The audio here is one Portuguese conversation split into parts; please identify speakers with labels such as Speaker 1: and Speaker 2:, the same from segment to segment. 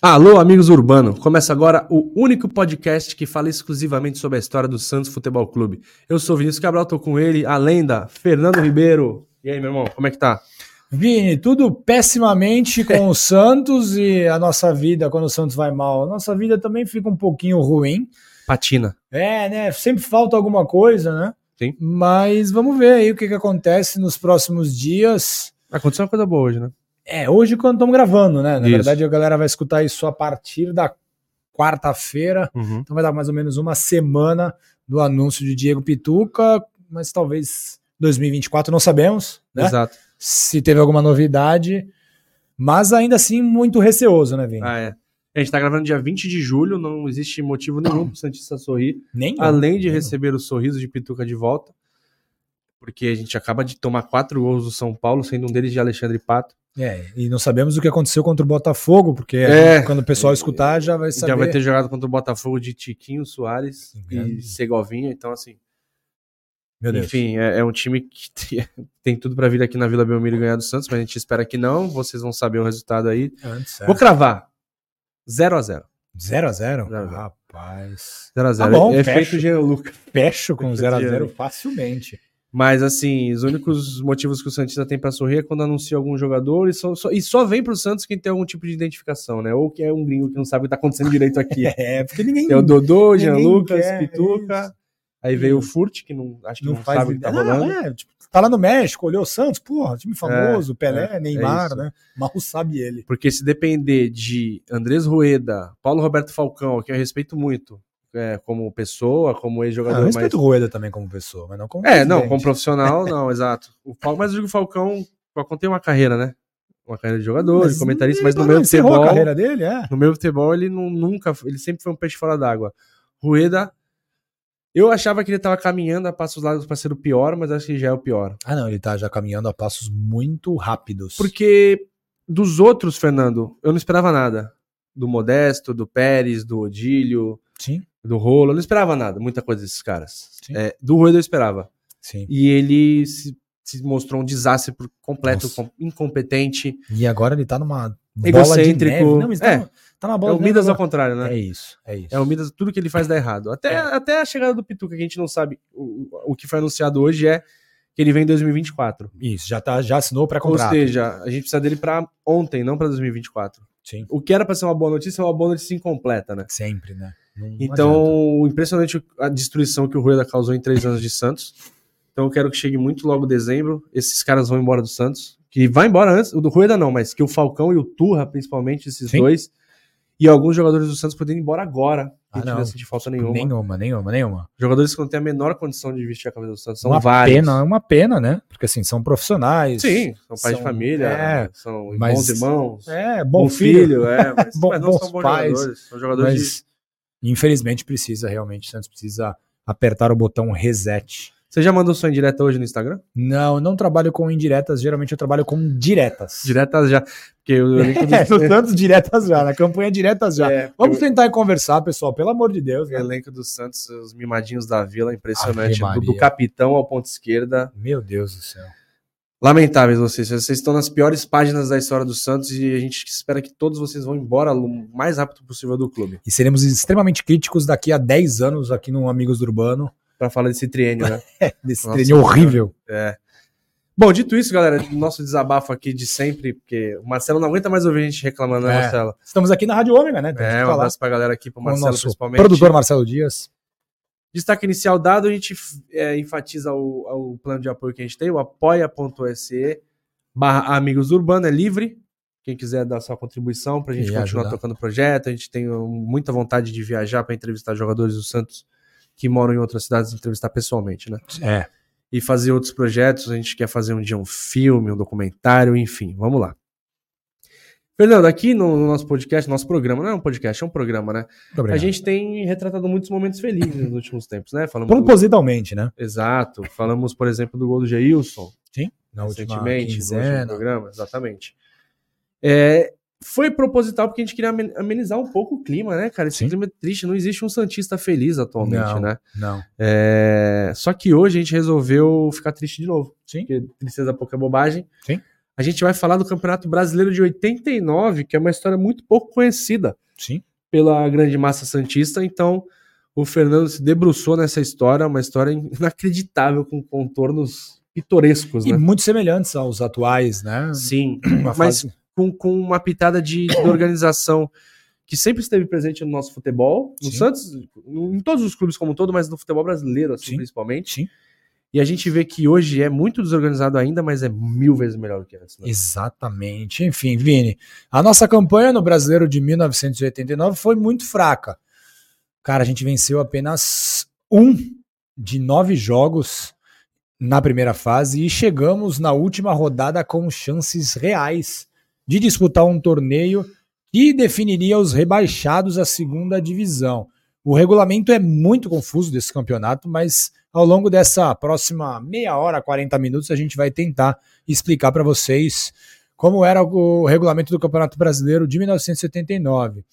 Speaker 1: Alô, amigos urbano! Começa agora o único podcast que fala exclusivamente sobre a história do Santos Futebol Clube. Eu sou o Vinícius Cabral, tô com ele, a lenda, Fernando Ribeiro. E aí, meu irmão, como é que tá?
Speaker 2: Vini, tudo pessimamente com o Santos e a nossa vida, quando o Santos vai mal, a nossa vida também fica um pouquinho ruim.
Speaker 1: Patina.
Speaker 2: É, né? Sempre falta alguma coisa, né?
Speaker 1: Sim.
Speaker 2: Mas vamos ver aí o que, que acontece nos próximos dias.
Speaker 1: Aconteceu uma coisa boa hoje, né?
Speaker 2: É, hoje quando estamos gravando, né? Na
Speaker 1: Isso.
Speaker 2: verdade, a galera vai escutar isso a partir da quarta-feira.
Speaker 1: Uhum.
Speaker 2: Então vai dar mais ou menos uma semana do anúncio de Diego Pituca, mas talvez 2024, não sabemos, né?
Speaker 1: Exato.
Speaker 2: Se teve alguma novidade. Mas ainda assim, muito receoso, né, Vini?
Speaker 1: Ah, é. A gente tá gravando dia 20 de julho, não existe motivo nenhum pro Santista sorrir,
Speaker 2: Nem.
Speaker 1: além de receber o sorriso de Pituca de volta, porque a gente acaba de tomar quatro gols do São Paulo, sendo um deles de Alexandre Pato.
Speaker 2: É, e não sabemos o que aconteceu contra o Botafogo, porque
Speaker 1: É.
Speaker 2: quando o pessoal escutar já vai saber.
Speaker 1: Já vai ter jogado contra o Botafogo de Tiquinho, Soares e
Speaker 2: Grande.
Speaker 1: Segovinha, então assim.
Speaker 2: Meu Deus.
Speaker 1: Enfim, é, é um time que tem, tem tudo pra vir aqui na Vila Belmiro e ganhar do Santos, mas a gente espera que não. Vocês vão saber o resultado aí.
Speaker 2: Antes, é.
Speaker 1: Vou cravar. 0 a 0
Speaker 2: 0 a 0
Speaker 1: Zero a zero.
Speaker 2: Rapaz.
Speaker 1: 0 a 0
Speaker 2: Tá bom,
Speaker 1: É
Speaker 2: fecha.
Speaker 1: feito Jean Lucas.
Speaker 2: Fecho com 0 a 0
Speaker 1: Efetivamente.
Speaker 2: facilmente.
Speaker 1: Mas assim, os únicos motivos que o Santista tem pra sorrir é quando anuncia algum jogador e só, só- e só vem pro Santos quem tem algum tipo de identificação, né? Ou que é um gringo que não sabe o que tá acontecendo direito aqui.
Speaker 2: É, porque ninguém
Speaker 1: É o Dodô,
Speaker 2: Ninguém
Speaker 1: Jean Lucas,
Speaker 2: quer, é
Speaker 1: Pituca.
Speaker 2: isso.
Speaker 1: Aí veio o Furt, que não, acho que não,
Speaker 2: não faz
Speaker 1: sabe o que tá
Speaker 2: ideia.
Speaker 1: rolando.
Speaker 2: Não, é, tipo, tá lá no México, olhou o Santos, porra, time famoso, Pelé,
Speaker 1: é
Speaker 2: Neymar,
Speaker 1: isso.
Speaker 2: né? Mal sabe ele.
Speaker 1: Porque se depender de Andrés Rueda, Paulo Roberto Falcão, que eu respeito muito, é, como pessoa, como
Speaker 2: Ah,
Speaker 1: ex-jogador,
Speaker 2: eu
Speaker 1: mas...
Speaker 2: respeito o Rueda também como pessoa, mas não como
Speaker 1: É, não, como
Speaker 2: presidente.
Speaker 1: profissional, não, exato. O Fal... Mas eu digo Falcão, o Falcão tem uma carreira, né? Uma carreira de jogador, de comentarista,
Speaker 2: ele
Speaker 1: mas no
Speaker 2: parou,
Speaker 1: meio
Speaker 2: é, encerrou
Speaker 1: futebol,
Speaker 2: a carreira dele, é.
Speaker 1: no meio futebol ele não- nunca, ele sempre foi um peixe fora d'água. Rueda, eu achava que ele tava caminhando a passos largos para ser o pior, mas acho que já é o pior.
Speaker 2: Ah, não, ele tá já caminhando a passos muito rápidos.
Speaker 1: Porque dos outros, Fernando, eu não esperava nada. Do Modesto, do Pérez, do Odílio,
Speaker 2: Sim,
Speaker 1: do Rolo, eu não esperava nada, muita coisa desses caras.
Speaker 2: Sim.
Speaker 1: É, do Rueda eu esperava.
Speaker 2: sim.
Speaker 1: E ele se, se mostrou um desastre por completo,
Speaker 2: Nossa.
Speaker 1: com- incompetente.
Speaker 2: E agora ele tá numa bola de
Speaker 1: Egocêntrico.
Speaker 2: neve. Não, mas tá,
Speaker 1: É.
Speaker 2: na- tá na
Speaker 1: É
Speaker 2: bola
Speaker 1: o
Speaker 2: de neve
Speaker 1: Midas ao
Speaker 2: agora.
Speaker 1: contrário, né?
Speaker 2: É isso, é isso.
Speaker 1: É o Midas, tudo que ele faz dá errado. Até,
Speaker 2: É.
Speaker 1: até a chegada do Pituca, que a gente não sabe. O, o que foi anunciado hoje é que ele vem em 2024.
Speaker 2: Isso, já, tá, já assinou para
Speaker 1: Ou
Speaker 2: comprar.
Speaker 1: seja, a gente precisa dele pra ontem, não pra 2024.
Speaker 2: Sim,
Speaker 1: O que era pra ser uma boa notícia é uma boa notícia incompleta, né?
Speaker 2: sempre, né? Não- não adianta.
Speaker 1: Então, impressionante a destruição que o Rueda causou em três anos de Santos. Então, eu quero que chegue muito logo dezembro. Esses caras vão embora do Santos. Que vai embora antes, o do Rueda não, mas que o Falcão e o Turra, principalmente, esses
Speaker 2: Sim.
Speaker 1: dois. E alguns jogadores do Santos podendo ir embora agora.
Speaker 2: Ah,
Speaker 1: que não
Speaker 2: não.
Speaker 1: vai sentir falta nenhuma.
Speaker 2: nenhuma, nenhuma, nenhuma.
Speaker 1: Jogadores que não têm a menor condição de vestir a camisa do Santos. São
Speaker 2: uma
Speaker 1: vários.
Speaker 2: pena, é uma pena, né? Porque assim, são profissionais.
Speaker 1: Sim, são pais de
Speaker 2: São-
Speaker 1: família,
Speaker 2: é,
Speaker 1: são
Speaker 2: mas-
Speaker 1: bons irmãos.
Speaker 2: É,
Speaker 1: bom
Speaker 2: bom filho,
Speaker 1: é. Mas,
Speaker 2: Bom-
Speaker 1: mas não são
Speaker 2: bons
Speaker 1: bons
Speaker 2: pais,
Speaker 1: jogadores. São jogadores de
Speaker 2: mas infelizmente precisa realmente, o Santos precisa apertar o botão reset.
Speaker 1: Você já mandou sua indireta hoje no Instagram?
Speaker 2: Não, eu não trabalho com indiretas, geralmente eu trabalho com diretas.
Speaker 1: Diretas já. Porque eu, eu nem
Speaker 2: É, no Santos diretas já, na campanha diretas já.
Speaker 1: É,
Speaker 2: Vamos tentar conversar, pessoal, pelo amor de Deus.
Speaker 1: o
Speaker 2: né?
Speaker 1: elenco do Santos, os mimadinhos da Vila, impressionante.
Speaker 2: Ave
Speaker 1: Do, do
Speaker 2: Maria.
Speaker 1: capitão ao ponto esquerda.
Speaker 2: Meu Deus do céu.
Speaker 1: Lamentáveis vocês. Vocês estão nas piores páginas da história do Santos e a gente espera que todos vocês vão embora o mais rápido possível do clube.
Speaker 2: E seremos extremamente críticos daqui a 10 anos aqui no Amigos do Urbano,
Speaker 1: Pra falar desse triênio, né?
Speaker 2: desse
Speaker 1: Nossa,
Speaker 2: treino é horrível.
Speaker 1: Bom, dito isso, galera, nosso desabafo aqui de sempre, porque o Marcelo não aguenta mais ouvir a gente reclamando, né,
Speaker 2: É,
Speaker 1: Marcelo?
Speaker 2: Estamos aqui na Rádio Ômega, né? Temos que
Speaker 1: É, um
Speaker 2: falar
Speaker 1: abraço pra galera aqui, pro
Speaker 2: com
Speaker 1: Marcelo
Speaker 2: o nosso
Speaker 1: principalmente.
Speaker 2: produtor Marcelo Dias.
Speaker 1: Destaque inicial dado, a gente é, enfatiza o, o plano de apoio que a gente tem, o apoia.se barra Amigos Urbano, é livre. Quem quiser dar sua contribuição para a gente
Speaker 2: E
Speaker 1: continuar
Speaker 2: ajudar.
Speaker 1: tocando o projeto, a gente tem um, muita vontade de viajar para entrevistar jogadores do Santos que moram em outras cidades, entrevistar pessoalmente, né?
Speaker 2: É.
Speaker 1: E fazer outros projetos, a gente quer fazer um dia um filme, um documentário, enfim, vamos lá. Fernando, aqui no, no nosso podcast, nosso programa, não é um podcast, é um programa, né?
Speaker 2: Muito
Speaker 1: A
Speaker 2: obrigado.
Speaker 1: gente tem retratado muitos momentos felizes nos últimos tempos, né? Falamos do-
Speaker 2: Propositalmente, né?
Speaker 1: Exato. Falamos, por exemplo, do gol do Geilson
Speaker 2: Na última
Speaker 1: recentemente, no último
Speaker 2: quinzena.
Speaker 1: programa, exatamente. É, foi proposital porque a gente queria amen- amenizar um pouco o clima, né, cara? Esse
Speaker 2: Sim.
Speaker 1: clima é triste, não existe um Santista feliz atualmente,
Speaker 2: Não.
Speaker 1: né?
Speaker 2: Não.
Speaker 1: É, só que hoje a gente resolveu ficar triste de novo.
Speaker 2: Sim.
Speaker 1: Porque tristeza pouca é bobagem.
Speaker 2: Sim.
Speaker 1: a gente vai falar do Campeonato Brasileiro de 89, que é uma história muito pouco conhecida
Speaker 2: Sim.
Speaker 1: pela grande massa santista. Então, o Fernando se debruçou nessa história, uma história inacreditável com contornos pitorescos,
Speaker 2: E
Speaker 1: né?
Speaker 2: muito semelhantes aos atuais, né?
Speaker 1: Sim,
Speaker 2: Uma
Speaker 1: mas
Speaker 2: fase-
Speaker 1: com, com uma pitada de, de organização que sempre esteve presente no nosso futebol, no
Speaker 2: Sim.
Speaker 1: Santos, em todos os clubes como um todo, mas no futebol brasileiro assim,
Speaker 2: Sim.
Speaker 1: principalmente.
Speaker 2: Sim.
Speaker 1: E a gente vê que hoje é muito desorganizado ainda, mas é mil vezes melhor do que antes. né?
Speaker 2: Exatamente. Enfim, Vini, a nossa campanha no Brasileiro de 1989 foi muito fraca. Cara, a gente venceu apenas um de nove jogos na primeira fase e chegamos na última rodada com chances reais de disputar um torneio que definiria os rebaixados à segunda divisão. O regulamento é muito confuso desse campeonato, mas ao longo dessa próxima meia hora, 40 minutos, a gente vai tentar explicar para vocês como era o regulamento do Campeonato Brasileiro de 1979.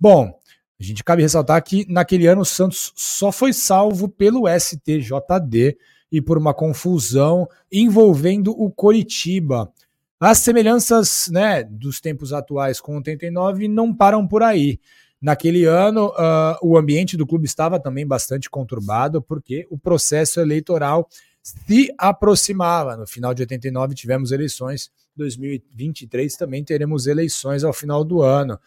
Speaker 2: Bom, a gente cabe ressaltar que naquele ano o Santos só foi salvo pelo STJD e por uma confusão envolvendo o Coritiba. As semelhanças né, dos tempos atuais com 89 não param por aí. Naquele ano, ah, o ambiente do clube estava também bastante conturbado, porque o processo eleitoral se aproximava. No final de 89 tivemos eleições, 2023 também teremos eleições ao final do ano.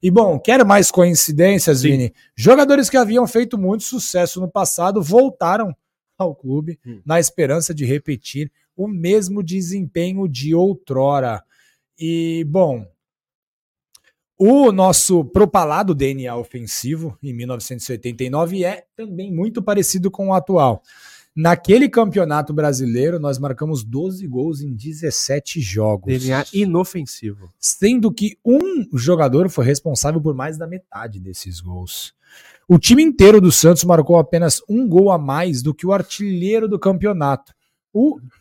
Speaker 2: E bom, quer mais coincidências,
Speaker 1: Sim.
Speaker 2: Vini? Jogadores que haviam feito muito sucesso no passado voltaram ao clube
Speaker 1: Hum.
Speaker 2: na esperança de repetir o mesmo desempenho de outrora. E bom, o nosso propalado DNA ofensivo em 1989 é também muito parecido com o atual. Naquele campeonato brasileiro, nós marcamos 12 gols em 17 jogos.
Speaker 1: DNA inofensivo.
Speaker 2: Sendo que um jogador foi responsável por mais da metade desses gols. O time inteiro do Santos marcou apenas um gol a mais do que o artilheiro do campeonato.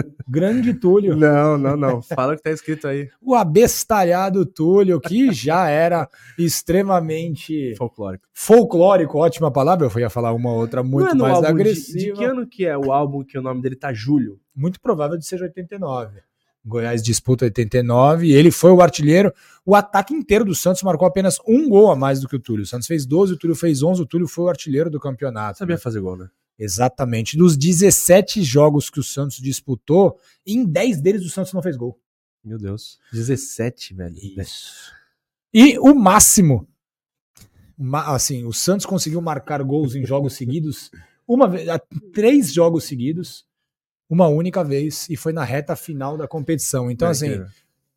Speaker 2: O grande Túlio
Speaker 1: Não, não, não. Fala o que tá escrito aí.
Speaker 2: o abestalhado Túlio, que já era extremamente
Speaker 1: Folclórico.
Speaker 2: folclórico, ótima palavra, eu ia falar uma outra muito
Speaker 1: Não é no
Speaker 2: mais
Speaker 1: álbum de-
Speaker 2: agressiva.
Speaker 1: De, que ano que é o álbum que o nome dele tá Júlio?
Speaker 2: Muito provável de seja 89. Goiás disputa 89, ele foi o artilheiro. O ataque inteiro do Santos marcou apenas um gol a mais do que o Túlio. O Santos fez 12, o Túlio fez 11, o Túlio foi o artilheiro do campeonato.
Speaker 1: Sabia fazer gol, né?
Speaker 2: Exatamente. Dos 17 jogos que o Santos disputou, em 10 deles o Santos não fez gol.
Speaker 1: Meu Deus. 17, velho.
Speaker 2: Isso. E o máximo, ma- assim, o Santos conseguiu marcar gols em jogos seguidos, uma vez, a- três jogos seguidos, uma única vez, e foi na reta final da competição.
Speaker 1: É
Speaker 2: Então, assim,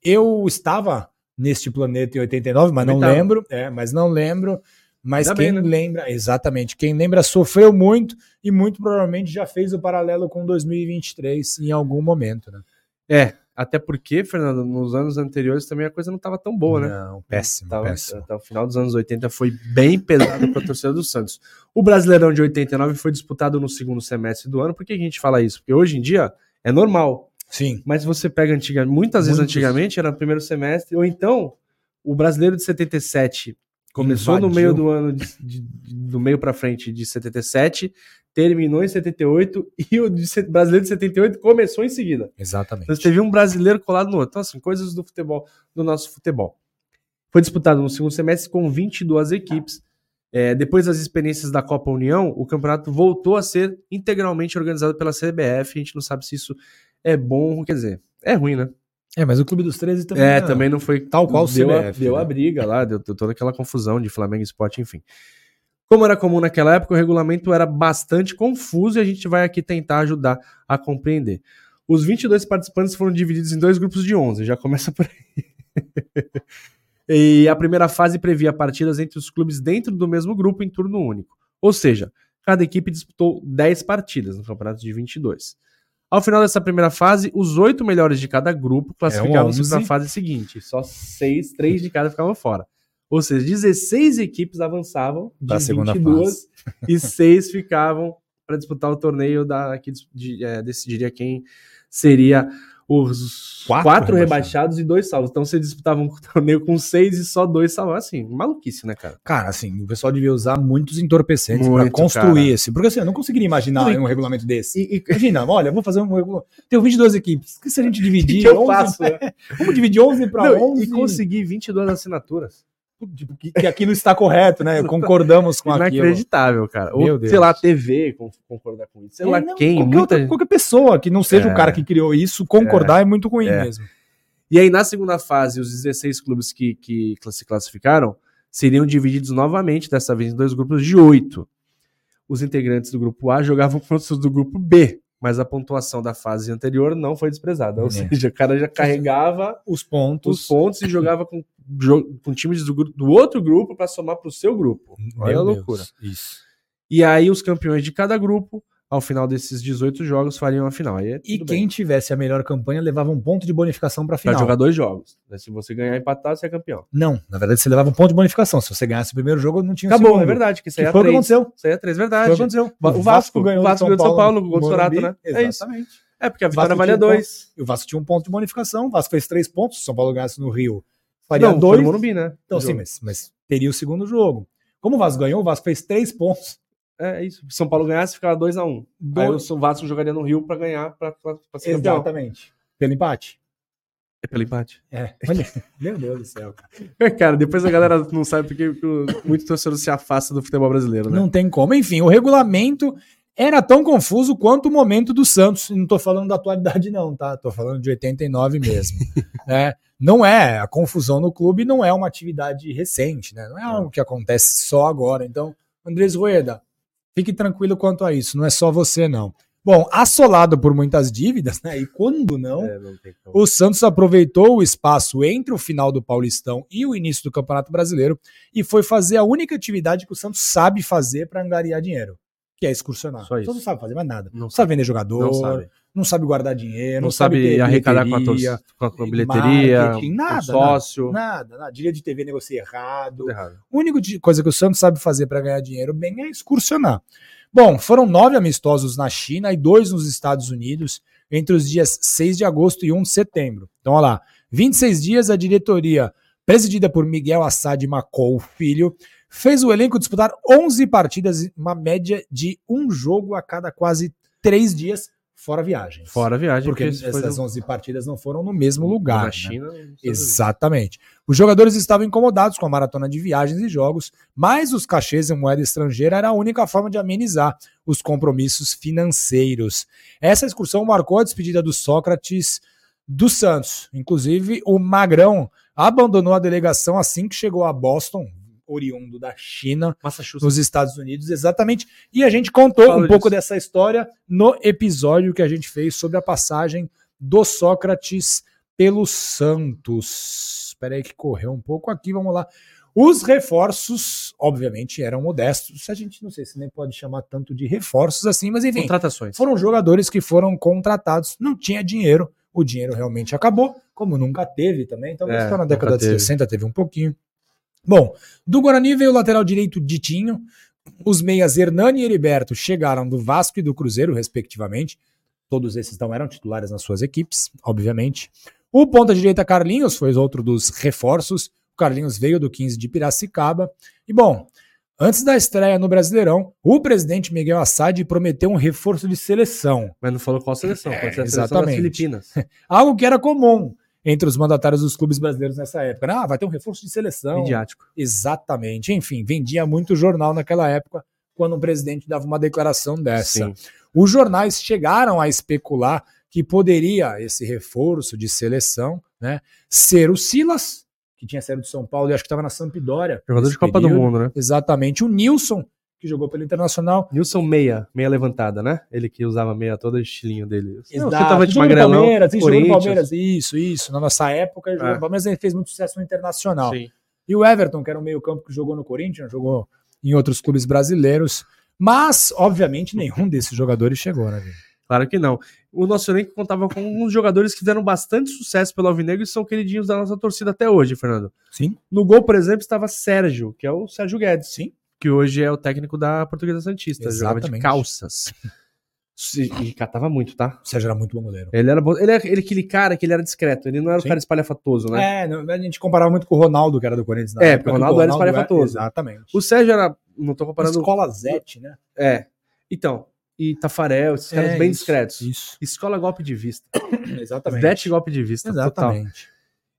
Speaker 2: eu estava neste planeta em 89, mas
Speaker 1: Também
Speaker 2: não
Speaker 1: tava.
Speaker 2: lembro, é, mas não lembro. Mas
Speaker 1: Ainda
Speaker 2: quem
Speaker 1: bem, né?
Speaker 2: lembra, exatamente, quem lembra sofreu muito e muito provavelmente já fez o paralelo com 2023 em algum momento, né?
Speaker 1: É, até porque, Fernando, nos anos anteriores também a coisa não tava tão boa, né?
Speaker 2: Não, péssimo,
Speaker 1: Tava-
Speaker 2: péssimo.
Speaker 1: Até o final dos anos 80 foi bem pesado para a torcida do Santos. O Brasileirão de 89 foi disputado no segundo semestre do ano. Por que a gente fala isso? Porque hoje em dia é normal.
Speaker 2: Sim,
Speaker 1: Mas você pega antiga, muitas vezes
Speaker 2: Muitos.
Speaker 1: antigamente era no primeiro semestre, ou então o brasileiro de 77 começou no
Speaker 2: Invadiu.
Speaker 1: meio do ano de- de- de- do meio para frente de 77, terminou em 78 e o de se- brasileiro de 78 começou em seguida.
Speaker 2: exatamente.
Speaker 1: Então, você teve um brasileiro colado no outro. Então, assim, coisas do futebol, do nosso futebol. Foi disputado no segundo semestre com 22 equipes. É, depois das experiências da Copa União, o campeonato voltou a ser integralmente organizado pela CBF. A gente não sabe se isso é bom, quer dizer, é ruim, né?
Speaker 2: É, mas o Clube dos 13 também.
Speaker 1: é,
Speaker 2: não.
Speaker 1: também não foi
Speaker 2: Tal qual o
Speaker 1: deu a,
Speaker 2: CBF,
Speaker 1: deu a
Speaker 2: né?
Speaker 1: briga lá, deu, deu toda aquela confusão de Flamengo Esporte, enfim. Como era comum naquela época, o regulamento era bastante confuso e a gente vai aqui tentar ajudar a compreender. Os 22 participantes foram divididos em dois grupos de 11, já começa por aí. e a primeira fase previa partidas entre os clubes dentro do mesmo grupo em turno único. Ou seja, cada equipe disputou 10 partidas no campeonato de 22. Ao final dessa primeira fase, os oito melhores de cada
Speaker 2: É
Speaker 1: grupo classificavam-se
Speaker 2: 11.
Speaker 1: para a fase seguinte. Só seis, três de cada ficavam fora. Ou seja, 16 equipes avançavam de
Speaker 2: Pra segunda
Speaker 1: 22 e seis ficavam para disputar o torneio da, que dis- de- é, decidiria quem seria os
Speaker 2: Quatro
Speaker 1: quatro,
Speaker 2: rebaixados.
Speaker 1: rebaixados e dois salvos. Então você disputava um torneio com seis e só dois salvos. Assim, maluquice, né, cara?
Speaker 2: Cara, assim, o pessoal devia usar muitos entorpecentes para
Speaker 1: Muito,
Speaker 2: construir
Speaker 1: cara.
Speaker 2: esse. Porque assim, eu não conseguiria imaginar
Speaker 1: Tudo em-
Speaker 2: um regulamento desse.
Speaker 1: E, e-
Speaker 2: Imagina, olha, vou fazer um regulamento. Tenho 22 equipes. Que se a gente
Speaker 1: o que,
Speaker 2: dividir
Speaker 1: que eu
Speaker 2: 11
Speaker 1: faço? né?
Speaker 2: Vamos dividir 11 para
Speaker 1: Não,
Speaker 2: 11
Speaker 1: E consegui 22 assinaturas.
Speaker 2: tipo, que, que aquilo está correto, né? Concordamos com aquilo.
Speaker 1: Inacreditável, cara.
Speaker 2: Meu
Speaker 1: Ou,
Speaker 2: Deus.
Speaker 1: sei lá, a TV con- concordar com isso. Sei lá
Speaker 2: É, não,
Speaker 1: quem.
Speaker 2: Qualquer,
Speaker 1: Muita...
Speaker 2: outra- qualquer pessoa que não seja o
Speaker 1: É.
Speaker 2: cara que criou isso, concordar é, muito ruim
Speaker 1: É.
Speaker 2: mesmo.
Speaker 1: E aí, na segunda fase, os 16 clubes que, que cla- se classificaram seriam divididos novamente, dessa vez em dois grupos de oito. Os integrantes do grupo A jogavam contra os do grupo B, mas a pontuação da fase anterior não foi desprezada. Ou
Speaker 2: É.
Speaker 1: seja, o cara já carregava
Speaker 2: Os pontos.
Speaker 1: os pontos e jogava com, jo- com times do, gru- do outro grupo para somar para o seu grupo.
Speaker 2: Meu
Speaker 1: Olha a
Speaker 2: Deus,
Speaker 1: loucura.
Speaker 2: Isso.
Speaker 1: E aí, os campeões de cada grupo, ao final desses 18 jogos, fariam a final. Aí é
Speaker 2: E
Speaker 1: tudo
Speaker 2: quem
Speaker 1: bem.
Speaker 2: tivesse a melhor campanha levava um ponto de bonificação para
Speaker 1: Pra
Speaker 2: final.
Speaker 1: jogar dois jogos. né? Se você ganhar e empatar, você é campeão.
Speaker 2: Não, na verdade você levava um ponto de bonificação. Se você ganhasse o primeiro jogo, não tinha o
Speaker 1: Acabou,
Speaker 2: segundo.
Speaker 1: é verdade, que
Speaker 2: Que
Speaker 1: saia
Speaker 2: foi o que
Speaker 1: três.
Speaker 2: aconteceu.
Speaker 1: Saia três,
Speaker 2: Foi o
Speaker 1: verdade.
Speaker 2: que aconteceu.
Speaker 1: O Vasco ganhou
Speaker 2: de
Speaker 1: do São Paulo,
Speaker 2: no
Speaker 1: gol do Sorato,
Speaker 2: Morumbi.
Speaker 1: né? É isso.
Speaker 2: Exatamente.
Speaker 1: É, porque a
Speaker 2: O
Speaker 1: vitória
Speaker 2: Vasco
Speaker 1: valia
Speaker 2: tinha um
Speaker 1: dois.
Speaker 2: E o Vasco tinha um ponto de bonificação. O Vasco fez três pontos. Se o São Paulo ganhasse no Rio, faria
Speaker 1: Não, foi
Speaker 2: dois.
Speaker 1: no Morumbi, né?
Speaker 2: Então,
Speaker 1: O
Speaker 2: sim,
Speaker 1: jogo.
Speaker 2: mas, mas teria o segundo jogo. Como o Vasco ganhou, o Vasco fez três pontos.
Speaker 1: É isso. Se São Paulo ganhasse, ficava 2x1. Um. Aí
Speaker 2: Dois-
Speaker 1: o Vasco jogaria no Rio pra ganhar, pra, pra, pra ser campeão.
Speaker 2: Exatamente. Pelo empate.
Speaker 1: É pelo empate.
Speaker 2: É. Olha, meu Deus do céu. cara.
Speaker 1: É, Cara, depois a galera não sabe porque que muito torcedor se afasta do futebol brasileiro, né?
Speaker 2: Não tem como. Enfim, o regulamento era tão confuso quanto o momento do Santos. E Não tô falando da atualidade, não, tá? Tô falando de 89 mesmo. né? Não é. A confusão no clube não é uma atividade recente, né? Não é algo que acontece só agora. Então, Andrés Rueda, fique tranquilo quanto a isso. Não é só você, não. Bom, assolado por muitas dívidas, né? E quando não,
Speaker 1: É, não tem como.
Speaker 2: O Santos aproveitou o espaço entre o final do Paulistão e o início do Campeonato Brasileiro e foi fazer a única atividade que o Santos sabe fazer para angariar dinheiro, que é
Speaker 1: Só
Speaker 2: excursionar. O Santos
Speaker 1: isso.
Speaker 2: não sabe fazer mais nada. Não,
Speaker 1: Não
Speaker 2: sabe vender jogador,
Speaker 1: Não
Speaker 2: não
Speaker 1: sabe.
Speaker 2: sabe, guardar dinheiro,
Speaker 1: Não, sabe
Speaker 2: ter
Speaker 1: arrecadar com a,
Speaker 2: bilheteria,
Speaker 1: torcida, com a bilheteria,
Speaker 2: marketing,
Speaker 1: com
Speaker 2: nada,
Speaker 1: sócio.
Speaker 2: Nada, nada. Direito de TV negocia errado.
Speaker 1: Tudo errado.
Speaker 2: A única di- coisa que o Santos sabe fazer para ganhar dinheiro bem é excursionar. Bom, foram nove amistosos na China e dois nos Estados Unidos entre os dias 6 de agosto e 1 de setembro. Então, olha lá, 26 dias a diretoria, presidida por Miguel Assad Macol Filho, fez o elenco disputar 11 partidas, uma média de um jogo a cada quase três dias, fora viagens.
Speaker 1: Fora a viagem,
Speaker 2: porque
Speaker 1: isso foi
Speaker 2: essas
Speaker 1: no-
Speaker 2: 11 partidas não foram no mesmo lugar.
Speaker 1: Na
Speaker 2: né?
Speaker 1: China. não sei
Speaker 2: Exatamente. Os jogadores estavam incomodados com a maratona de viagens e jogos, mas os cachês em moeda estrangeira era a única forma de amenizar os compromissos financeiros. Essa excursão marcou a despedida do Sócrates do Santos. Inclusive, o Magrão abandonou a delegação assim que chegou a Boston, oriundo da China,
Speaker 1: Massachusetts.
Speaker 2: nos Estados Unidos, exatamente. E a gente contou
Speaker 1: Fala
Speaker 2: um pouco
Speaker 1: disso.
Speaker 2: dessa história no episódio que a gente fez sobre a passagem do Sócrates pelo Santos. Espera aí que correu um pouco aqui, vamos lá. Os reforços, obviamente, eram modestos. A gente não sei se nem pode chamar tanto de reforços assim, mas enfim,
Speaker 1: Contratações.
Speaker 2: foram jogadores que foram contratados, não tinha dinheiro, o dinheiro realmente acabou, como nunca teve também, talvez
Speaker 1: É,
Speaker 2: só na
Speaker 1: nunca
Speaker 2: década de
Speaker 1: teve.
Speaker 2: 60 teve um pouquinho. Bom, do Guarani veio o lateral direito Ditinho, os meias Hernani e Heriberto chegaram do Vasco e do Cruzeiro, respectivamente, todos esses não eram titulares nas suas equipes, obviamente. O ponta-direita Carlinhos foi outro dos reforços, o Carlinhos veio do 15 de Piracicaba, e bom, antes da estreia no Brasileirão, o presidente Miguel Assad prometeu um reforço de seleção,
Speaker 1: Mas não falou qual seleção. Pode ser a seleção das
Speaker 2: exatamente.
Speaker 1: Filipinas.
Speaker 2: algo que era comum entre os mandatários dos clubes brasileiros nessa época. né? Ah, vai ter um reforço de seleção.
Speaker 1: Midiático.
Speaker 2: Exatamente. Enfim, vendia muito jornal naquela época quando um presidente dava uma declaração dessa.
Speaker 1: Sim.
Speaker 2: Os jornais chegaram a especular que poderia esse reforço de seleção, né, ser o Silas, que tinha saído de São Paulo e acho que estava na Sampdoria.
Speaker 1: Jogador
Speaker 2: nesse
Speaker 1: de Copa
Speaker 2: período.
Speaker 1: do Mundo, né?
Speaker 2: Exatamente. O Nilson, que jogou pelo Internacional.
Speaker 1: Nilson Meia, meia levantada, né? Ele que usava meia toda, o estilinho dele. Não,
Speaker 2: Exato.
Speaker 1: Você tava de
Speaker 2: Jogou no
Speaker 1: magrelão.
Speaker 2: Palmeiras, sim, jogou no
Speaker 1: Corinthians.
Speaker 2: Palmeiras. Isso, isso. Na nossa época, ele jogou
Speaker 1: É.
Speaker 2: no Palmeiras ele fez muito sucesso no Internacional.
Speaker 1: Sim.
Speaker 2: E o Everton, que era um meio-campo que jogou no Corinthians, jogou em outros clubes brasileiros. Mas, obviamente, nenhum desses jogadores chegou, né? Vini?
Speaker 1: Claro que não. O nosso elenco contava com alguns jogadores que fizeram bastante sucesso pelo Alvinegro e são queridinhos da nossa torcida até hoje, Fernando.
Speaker 2: Sim.
Speaker 1: No gol, por exemplo, estava Sérgio, que é o Sérgio Guedes,
Speaker 2: Sim.
Speaker 1: que hoje é o técnico da Portuguesa Santista, jogava de
Speaker 2: Exatamente.
Speaker 1: calças. E catava muito, tá?
Speaker 2: O Sérgio era muito bom goleiro.
Speaker 1: Ele era, bom- ele era ele, aquele cara que ele era discreto, ele não era o
Speaker 2: Sim.
Speaker 1: cara espalhafatoso, né?
Speaker 2: É, não- a gente comparava muito com o Ronaldo, que era do Corinthians. na
Speaker 1: É,
Speaker 2: época,
Speaker 1: porque o
Speaker 2: que
Speaker 1: Ronaldo era espalhafatoso.
Speaker 2: Exatamente.
Speaker 1: O Sérgio era, não tô comparando...
Speaker 2: Escola Zete, né?
Speaker 1: É. Então, e Tafarel, esses caras
Speaker 2: É,
Speaker 1: bem
Speaker 2: isso,
Speaker 1: discretos.
Speaker 2: Isso.
Speaker 1: Escola golpe de vista.
Speaker 2: Exatamente.
Speaker 1: Vete golpe de vista, total.
Speaker 2: Exatamente.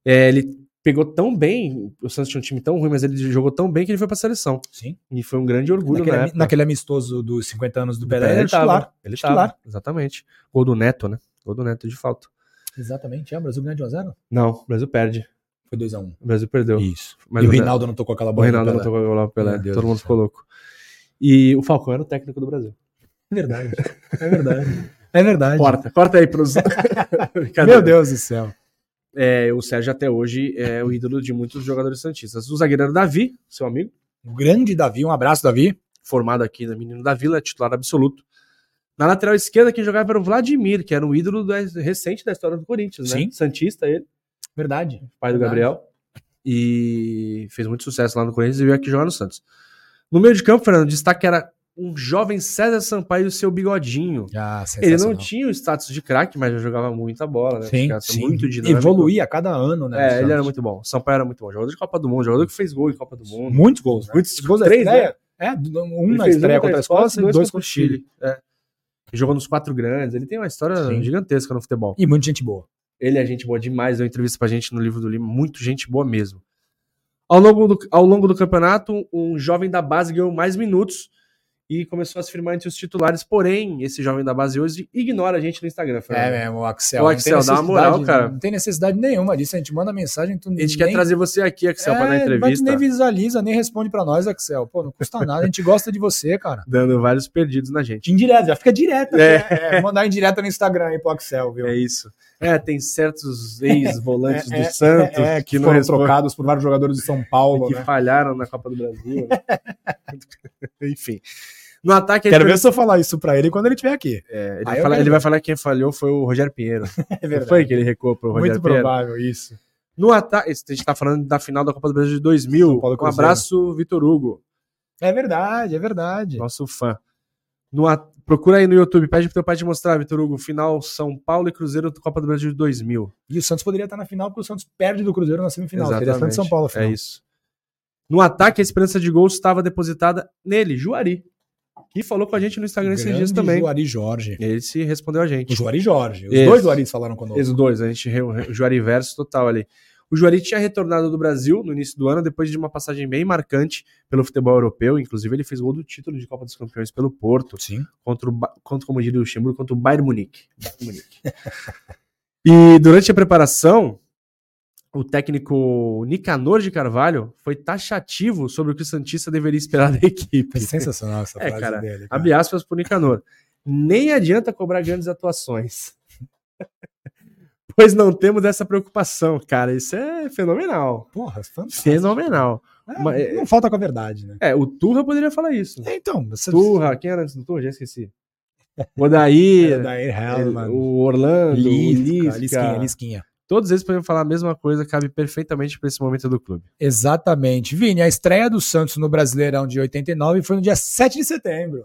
Speaker 1: É, ele pegou tão bem, o Santos tinha um time tão ruim, mas ele jogou tão bem que ele foi pra seleção.
Speaker 2: Sim.
Speaker 1: E foi um grande orgulho
Speaker 2: Naquele,
Speaker 1: na
Speaker 2: ami-
Speaker 1: época.
Speaker 2: naquele amistoso dos 50 anos do Pelé, ele era
Speaker 1: tava,
Speaker 2: titular.
Speaker 1: Ele
Speaker 2: titular.
Speaker 1: tava, exatamente. Gol do Neto, né? Gol do Neto de falta.
Speaker 2: Exatamente. É, o Brasil ganhou de 1x0?
Speaker 1: Não, o Brasil perde.
Speaker 2: Foi 2x1.
Speaker 1: O Brasil perdeu.
Speaker 2: Isso.
Speaker 1: Mas
Speaker 2: e o
Speaker 1: o Neto-
Speaker 2: Reinaldo não tocou aquela
Speaker 1: o
Speaker 2: bola. do
Speaker 1: Reinaldo não
Speaker 2: Pelé.
Speaker 1: tocou o Pelé.
Speaker 2: Meu Deus
Speaker 1: Todo
Speaker 2: do
Speaker 1: mundo
Speaker 2: céu.
Speaker 1: ficou louco. E o Falcão era o técnico do Brasil.
Speaker 2: É verdade. É verdade. É verdade.
Speaker 1: Corta, corta aí pros.
Speaker 2: Meu Deus do céu.
Speaker 1: É, o Sérgio até hoje é o ídolo de muitos jogadores santistas. O zagueiro era o Davi, seu amigo.
Speaker 2: O grande Davi, um abraço, Davi.
Speaker 1: formado aqui na Menino da Vila, titular absoluto. Na lateral esquerda, quem jogava era o Vladimir, que era um ídolo da- recente da história do Corinthians, né?
Speaker 2: Sim.
Speaker 1: Santista, ele,
Speaker 2: Verdade.
Speaker 1: pai do
Speaker 2: Verdade.
Speaker 1: Gabriel. E fez muito sucesso lá no Corinthians e veio aqui jogar no Santos. No meio de campo, Fernando, o destaque era um jovem César Sampaio e o seu bigodinho.
Speaker 2: Ah,
Speaker 1: Ele não
Speaker 2: sensacional.
Speaker 1: tinha o status de craque, mas já jogava muita bola, né?
Speaker 2: Sim,
Speaker 1: Cara,
Speaker 2: sim.
Speaker 1: Muito dinâmico.
Speaker 2: Evoluía a cada ano, né?
Speaker 1: É,
Speaker 2: do
Speaker 1: ele era
Speaker 2: Santos.
Speaker 1: muito bom. O Sampaio era muito bom. Jogador de Copa do Mundo, jogador que fez gol em Copa do Mundo.
Speaker 2: Muitos gols. né?
Speaker 1: Muitos
Speaker 2: Os gols da
Speaker 1: três,
Speaker 2: estreia. É, do- um
Speaker 1: Ele
Speaker 2: na
Speaker 1: fez
Speaker 2: estreia
Speaker 1: um
Speaker 2: contra a Escócia e dois contra o Chile.
Speaker 1: É. Ele Jogou nos quatro grandes. Ele tem uma história
Speaker 2: Sim.
Speaker 1: gigantesca no futebol.
Speaker 2: E muita gente boa.
Speaker 1: Ele é gente boa demais. Deu entrevista pra gente no livro do Lima. Muito gente boa mesmo. Ao longo do, ao longo do campeonato, um jovem da base ganhou mais minutos e começou a se firmar entre os titulares. Porém, esse jovem da base hoje ignora a gente no Instagram. Fernando.
Speaker 2: É mesmo, o Axel.
Speaker 1: O
Speaker 2: não
Speaker 1: Axel,
Speaker 2: tem
Speaker 1: dá uma moral,
Speaker 2: necessidade-
Speaker 1: cara.
Speaker 2: Não tem necessidade nenhuma disso. A gente manda mensagem. Tu
Speaker 1: né? A gente quer trazer você aqui, Axel, pra dar
Speaker 2: Mas tu
Speaker 1: entrevista.
Speaker 2: É, nem visualiza, nem responde pra nós, Axel. Pô, não custa nada. A gente gosta de você, cara.
Speaker 1: Dando vários perdidos na gente.
Speaker 2: Indireta, já fica direta.
Speaker 1: É.
Speaker 2: né? É, mandar indireta no Instagram aí pro Axel, viu?
Speaker 1: É isso. É, tem certos ex-volantes
Speaker 2: É, é,
Speaker 1: do Santos
Speaker 2: É, que,
Speaker 1: que não
Speaker 2: foram
Speaker 1: respondem.
Speaker 2: trocados por vários jogadores de São Paulo,
Speaker 1: que
Speaker 2: né?
Speaker 1: falharam na Copa do Brasil. né? Enfim. No ataque, ele,
Speaker 2: Quero ver se eu falar isso pra ele quando ele estiver aqui.
Speaker 1: é, ele
Speaker 2: Ah,
Speaker 1: vai
Speaker 2: eu
Speaker 1: falar,
Speaker 2: quero
Speaker 1: ele vai falar que quem falhou foi o Rogério Pinheiro.
Speaker 2: É
Speaker 1: Não foi que ele recuou pro Rogério
Speaker 2: Muito
Speaker 1: Pinheiro.
Speaker 2: provável isso.
Speaker 1: No ataque, a gente tá falando da final da Copa do Brasil de 2000.
Speaker 2: São Paulo e
Speaker 1: um
Speaker 2: Cruzeiro.
Speaker 1: abraço, Vitor Hugo,
Speaker 2: É verdade, é verdade.
Speaker 1: nosso fã. No a- Procura aí no YouTube, pede pro teu pai te mostrar, Vitor Hugo, final São Paulo e Cruzeiro da Copa do Brasil de 2000.
Speaker 2: E o Santos poderia estar na final, porque o Santos perde do Cruzeiro na semifinal. Seria Santos e São Paulo, a final.
Speaker 1: É isso. No ataque, a esperança de gol estava depositada nele, Juari, que falou com a gente no Instagram esses
Speaker 2: Grande
Speaker 1: dias também.
Speaker 2: Juari Jorge.
Speaker 1: Ele se respondeu a gente.
Speaker 2: O Juari Jorge. Os
Speaker 1: Isso.
Speaker 2: dois Juaris falaram conosco.
Speaker 1: Os dois, a gente re- re- o Juari verso total ali. O Juari tinha retornado do Brasil no início do ano, depois de uma passagem bem marcante pelo futebol europeu. Inclusive, ele fez gol do título de Copa dos Campeões pelo Porto,
Speaker 2: Sim.
Speaker 1: contra, o, Ba- contra como diria o Luxemburgo, contra o Bayern Munique. Bayern Munique. e durante a preparação, o técnico Nicanor de Carvalho foi taxativo sobre o que o Santista deveria esperar da equipe.
Speaker 2: É sensacional essa
Speaker 1: É,
Speaker 2: frase
Speaker 1: cara,
Speaker 2: dele. cara.
Speaker 1: Abre aspas pro Nicanor. Nem adianta cobrar grandes atuações. pois não temos essa preocupação, cara. Isso é fenomenal.
Speaker 2: Porra, fantástico.
Speaker 1: Fenomenal.
Speaker 2: É,
Speaker 1: Uma- é-
Speaker 2: não falta com a verdade, né?
Speaker 1: É, o Turra poderia falar isso.
Speaker 2: É, Então, você...
Speaker 1: Turra, quem era antes do Turra? Já esqueci. O Odair,
Speaker 2: Daí,
Speaker 1: ele-
Speaker 2: Hellman,
Speaker 1: é, o Orlando, o
Speaker 2: Lisquinha,
Speaker 1: Lisca.
Speaker 2: Lisquinha.
Speaker 1: Todos eles poderiam falar a mesma coisa, cabe perfeitamente para esse momento do clube.
Speaker 2: Exatamente. Vini, a estreia do Santos no Brasileirão de 89 foi no dia 7 de setembro.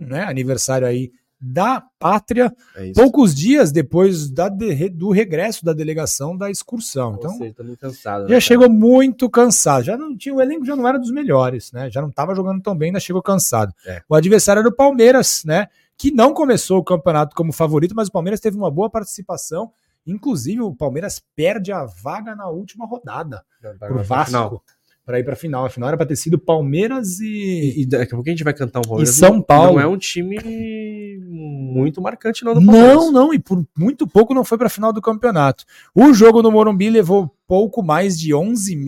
Speaker 2: Né? Aniversário aí da pátria.
Speaker 1: É isso.
Speaker 2: Poucos dias depois da de- do regresso da delegação da excursão.
Speaker 1: Ou
Speaker 2: Então,
Speaker 1: seja, tá meio cansado. né,
Speaker 2: Já
Speaker 1: cara?
Speaker 2: chegou muito cansado. Já não tinha, o elenco já não era dos melhores, né? Já não estava jogando tão bem, ainda chegou cansado.
Speaker 1: É.
Speaker 2: O adversário era o Palmeiras, né? Que não começou o campeonato como favorito, mas o Palmeiras teve uma boa participação. Inclusive, o Palmeiras perde a vaga na última rodada pro Vasco para ir para final. A final era para ter sido Palmeiras e.
Speaker 1: E daqui a pouco a gente vai cantar um Palmeiras.
Speaker 2: São
Speaker 1: Não-
Speaker 2: Paulo.
Speaker 1: Não é um time muito marcante, não, do Palmeiras.
Speaker 2: Não, não, e por muito pouco não foi para a final do campeonato. O jogo no Morumbi levou pouco mais de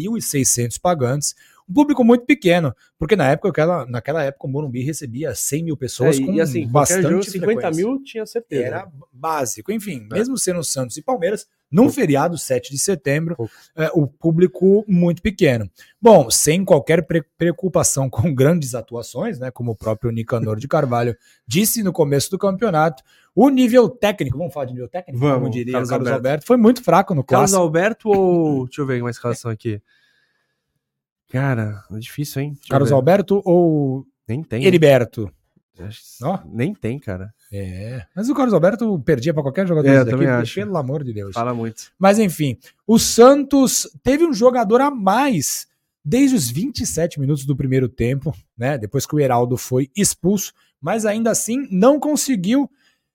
Speaker 2: 11.600 pagantes, um público muito pequeno, porque na época, aquela, naquela época o Morumbi recebia 100 mil
Speaker 1: É,
Speaker 2: pessoas com
Speaker 1: e assim, qualquer
Speaker 2: bastante
Speaker 1: jogo, 50
Speaker 2: frequência.
Speaker 1: mil tinha certeza.
Speaker 2: Era básico, enfim,
Speaker 1: É.
Speaker 2: mesmo sendo Santos e Palmeiras, num
Speaker 1: Pouco.
Speaker 2: feriado 7 de setembro,
Speaker 1: Pouco.
Speaker 2: é, o público muito pequeno. Bom, sem qualquer pre- preocupação com grandes atuações, né, como o próprio Nicanor de Carvalho disse no começo do campeonato, o nível técnico, vamos falar de nível técnico?
Speaker 1: Vamos,
Speaker 2: como diria
Speaker 1: Carlos
Speaker 2: Carlos, Alberto.
Speaker 1: Alberto.
Speaker 2: foi muito fraco no
Speaker 1: Carlos
Speaker 2: clássico.
Speaker 1: Alberto ou. Deixa eu ver uma escalação aqui. Cara, é difícil, hein? Deixa eu
Speaker 2: Carlos
Speaker 1: ver.
Speaker 2: Alberto ou
Speaker 1: Nem tem.
Speaker 2: Heriberto?
Speaker 1: Acho que
Speaker 2: Ó.
Speaker 1: Nem tem, cara.
Speaker 2: É. Mas o Carlos Alberto perdia pra qualquer jogador
Speaker 1: É, eu
Speaker 2: desse
Speaker 1: também
Speaker 2: porque,
Speaker 1: acho.
Speaker 2: pelo amor de Deus.
Speaker 1: Fala muito.
Speaker 2: Mas enfim, o Santos teve um jogador a mais desde os 27 minutos do primeiro tempo, né? Depois que o Heraldo foi expulso, mas ainda assim não conseguiu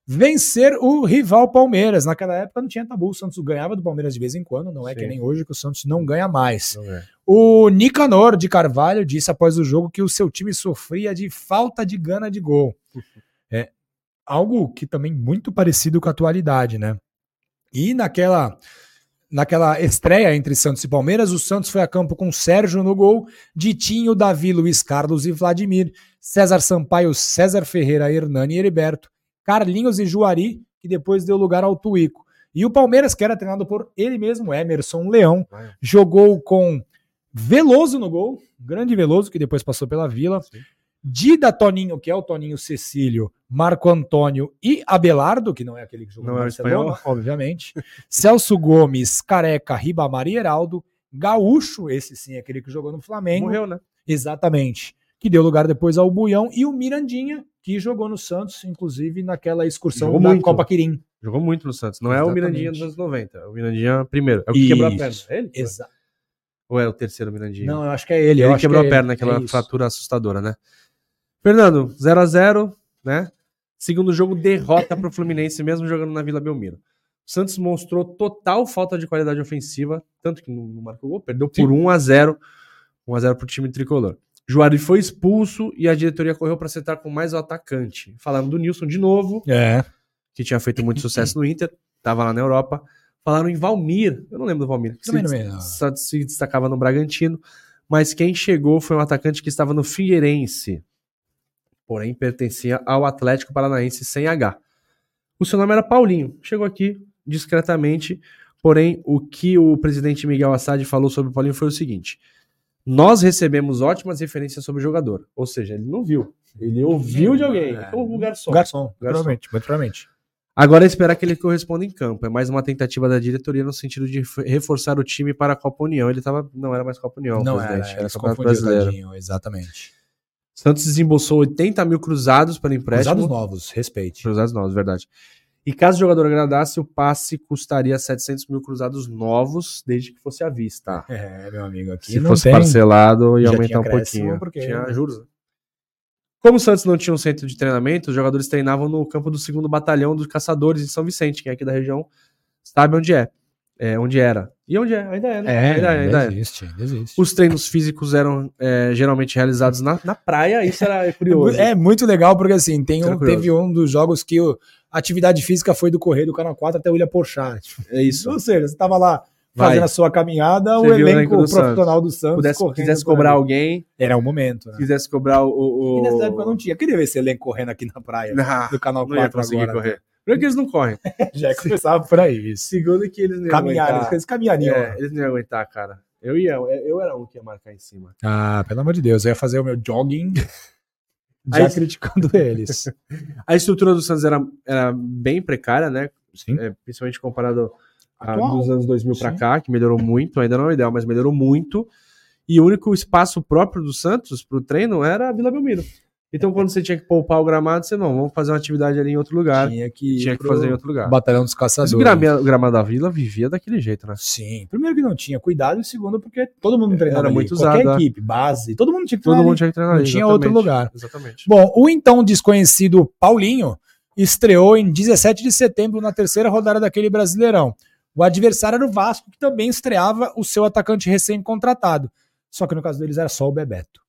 Speaker 2: vencer o rival Palmeiras. Naquela época não tinha tabu, o Santos ganhava do Palmeiras de vez em quando, não é
Speaker 1: Sim.
Speaker 2: que nem hoje que o Santos não ganha mais.
Speaker 1: Não é.
Speaker 2: O Nicanor de Carvalho disse após o jogo que o seu time sofria de falta de gana de gol. É algo que também muito parecido com a atualidade, né? E naquela naquela estreia entre Santos e Palmeiras, o Santos foi a campo com Sérgio no gol, Ditinho, Davi, Luiz Carlos e Vladimir, César Sampaio, César Ferreira, Hernani e Heriberto, Carlinhos e Juari, que depois deu lugar ao Tuico. E o Palmeiras, que era treinado por ele mesmo, Emerson Leão, jogou com Veloso no gol, grande Veloso, que depois passou pela Vila.
Speaker 1: Sim.
Speaker 2: Dida Toninho, que é o Toninho Cecílio, Marco Antônio e Abelardo, que não é aquele que jogou
Speaker 1: Não
Speaker 2: no
Speaker 1: é o
Speaker 2: Barcelona, obviamente. Celso Gomes, Careca, Ribamar e Heraldo. Gaúcho, esse sim é aquele que jogou no Flamengo.
Speaker 1: Morreu, né?
Speaker 2: Exatamente. Que deu lugar depois ao Buião e o Mirandinha, que jogou no Santos, inclusive naquela excursão
Speaker 1: Jogou
Speaker 2: da
Speaker 1: muito.
Speaker 2: Copa Quirim.
Speaker 1: Jogou muito no Santos. Não é o
Speaker 2: Exatamente.
Speaker 1: Mirandinha dos anos 90. É o Mirandinha primeiro. É o que quebrou a
Speaker 2: Isso.
Speaker 1: perna. É ele?
Speaker 2: Exa-
Speaker 1: Ou é o terceiro Mirandinha?
Speaker 2: Não, eu acho que é ele. eu
Speaker 1: ele
Speaker 2: acho que
Speaker 1: quebrou
Speaker 2: é
Speaker 1: a
Speaker 2: ele,
Speaker 1: perna, aquela
Speaker 2: é isso.
Speaker 1: fratura assustadora, né? Fernando, 0x0, né? Segundo jogo, derrota pro Fluminense, mesmo jogando na Vila Belmiro. O Santos mostrou total falta de qualidade ofensiva, tanto que não não marcou gol, perdeu por 1x0. 1x0 pro time tricolor. Juari foi expulso e a diretoria correu para acertar com mais o atacante. Falaram do Nilson de novo,
Speaker 2: É.
Speaker 1: que tinha feito muito sucesso no Inter, tava lá na Europa. Falaram em Valmir, eu não lembro do Valmir, que se,
Speaker 2: Também não é lembro.
Speaker 1: só se destacava no Bragantino, mas quem chegou foi um atacante que estava no Figueirense, porém pertencia ao Atlético Paranaense sem H. O seu nome era Paulinho, chegou aqui discretamente, porém o que o presidente Miguel Assad falou sobre o Paulinho foi o seguinte: nós recebemos ótimas referências sobre o jogador, ou seja, ele não viu, ele ouviu de alguém,
Speaker 2: É.
Speaker 1: como o Garçom.
Speaker 2: Garçom,
Speaker 1: provavelmente,
Speaker 2: provavelmente, muito provavelmente.
Speaker 1: Agora é esperar que ele corresponda em campo. É mais uma tentativa da diretoria no sentido de f- reforçar o time para a Copa União. Ele tava, não era mais Copa União, presidente. Era, Campeonato Brasileiro.
Speaker 2: exatamente.
Speaker 1: Santos desembolsou 80 mil cruzados para empréstimo.
Speaker 2: Cruzados novos, respeite.
Speaker 1: Cruzados novos, verdade. E caso o jogador agradasse, o passe custaria 700 mil cruzados novos, desde que fosse à vista.
Speaker 2: É, meu amigo, aqui
Speaker 1: Se
Speaker 2: não
Speaker 1: fosse
Speaker 2: tem-
Speaker 1: parcelado, ia
Speaker 2: Já
Speaker 1: aumentar
Speaker 2: tinha
Speaker 1: um
Speaker 2: acréscimo,
Speaker 1: pouquinho.
Speaker 2: porque-
Speaker 1: Tinha juros. né? Como o Santos não tinha um centro de treinamento, os jogadores treinavam no campo do 2 Batalhão dos Caçadores em São Vicente, quem é aqui da região sabe onde é. É, onde era. E onde é, ainda é, né?
Speaker 2: É,
Speaker 1: ainda é, ainda
Speaker 2: ainda
Speaker 1: é.
Speaker 2: existe, ainda existe.
Speaker 1: Os treinos físicos eram é, geralmente realizados na, na praia, isso era curioso.
Speaker 2: É muito legal, porque assim, tem um,
Speaker 1: Tranquilo.
Speaker 2: teve um dos jogos que o- a atividade física foi do Correio do Canal 4 até o Ilha Porchat. Tipo,
Speaker 1: É isso.
Speaker 2: Ou seja, você estava lá
Speaker 1: Vai.
Speaker 2: fazendo a sua caminhada,
Speaker 1: Você
Speaker 2: o
Speaker 1: viu o
Speaker 2: elenco
Speaker 1: elenco do
Speaker 2: profissional do Santos
Speaker 1: Pudesse,
Speaker 2: correndo
Speaker 1: quisesse
Speaker 2: por ali.
Speaker 1: cobrar alguém,
Speaker 2: Era o momento, né?
Speaker 1: quisesse cobrar o. o-
Speaker 2: E nessa
Speaker 1: o-
Speaker 2: época não tinha. Queria ver esse elenco correndo aqui na praia
Speaker 1: Ah,
Speaker 2: do Canal
Speaker 1: não ia
Speaker 2: 4
Speaker 1: conseguir
Speaker 2: agora.
Speaker 1: correr. Primeiro que eles não correm.
Speaker 2: Já começava por aí, isso.
Speaker 1: Segundo que eles não iam
Speaker 2: Caminhar,
Speaker 1: aguentar.
Speaker 2: eles- eles caminhariam.
Speaker 1: É, eles não iam aguentar, cara. Eu ia, eu era um que ia marcar em cima.
Speaker 2: Ah, pelo amor de Deus, eu ia fazer o meu jogging já
Speaker 1: Aí-
Speaker 2: criticando eles.
Speaker 1: A estrutura do Santos era, era bem precária, né?
Speaker 2: Sim.
Speaker 1: É, principalmente comparado a
Speaker 2: Atual.
Speaker 1: dos anos 2000 pra
Speaker 2: Sim.
Speaker 1: cá, que melhorou muito. Ainda não é o ideal, mas melhorou muito. E o único espaço próprio do Santos pro treino era a Vila Belmiro. Então, quando você tinha que poupar o gramado, você não, vamos fazer uma atividade ali em outro lugar.
Speaker 2: Tinha que, ir
Speaker 1: Tá. Tinha que
Speaker 2: pro
Speaker 1: fazer em outro lugar.
Speaker 2: Batalhão dos
Speaker 1: Mas
Speaker 2: Caçadores.
Speaker 1: o grama- o gramado da Vila vivia daquele jeito, né?
Speaker 2: Sim. Primeiro que não tinha cuidado, e segundo, porque todo mundo treinava.
Speaker 1: Era
Speaker 2: ali.
Speaker 1: muito
Speaker 2: Qualquer
Speaker 1: usado, é.
Speaker 2: equipe, base, todo mundo tinha que
Speaker 1: Todo
Speaker 2: treinar
Speaker 1: mundo
Speaker 2: ali.
Speaker 1: tinha que treinar
Speaker 2: Não
Speaker 1: ali,
Speaker 2: tinha outro
Speaker 1: exatamente.
Speaker 2: lugar.
Speaker 1: Exatamente.
Speaker 2: Bom, o então desconhecido Paulinho estreou em 17 de setembro na terceira rodada daquele Brasileirão. O adversário era o Vasco, que também estreava o seu atacante recém-contratado. Só que no caso deles era só o Bebeto.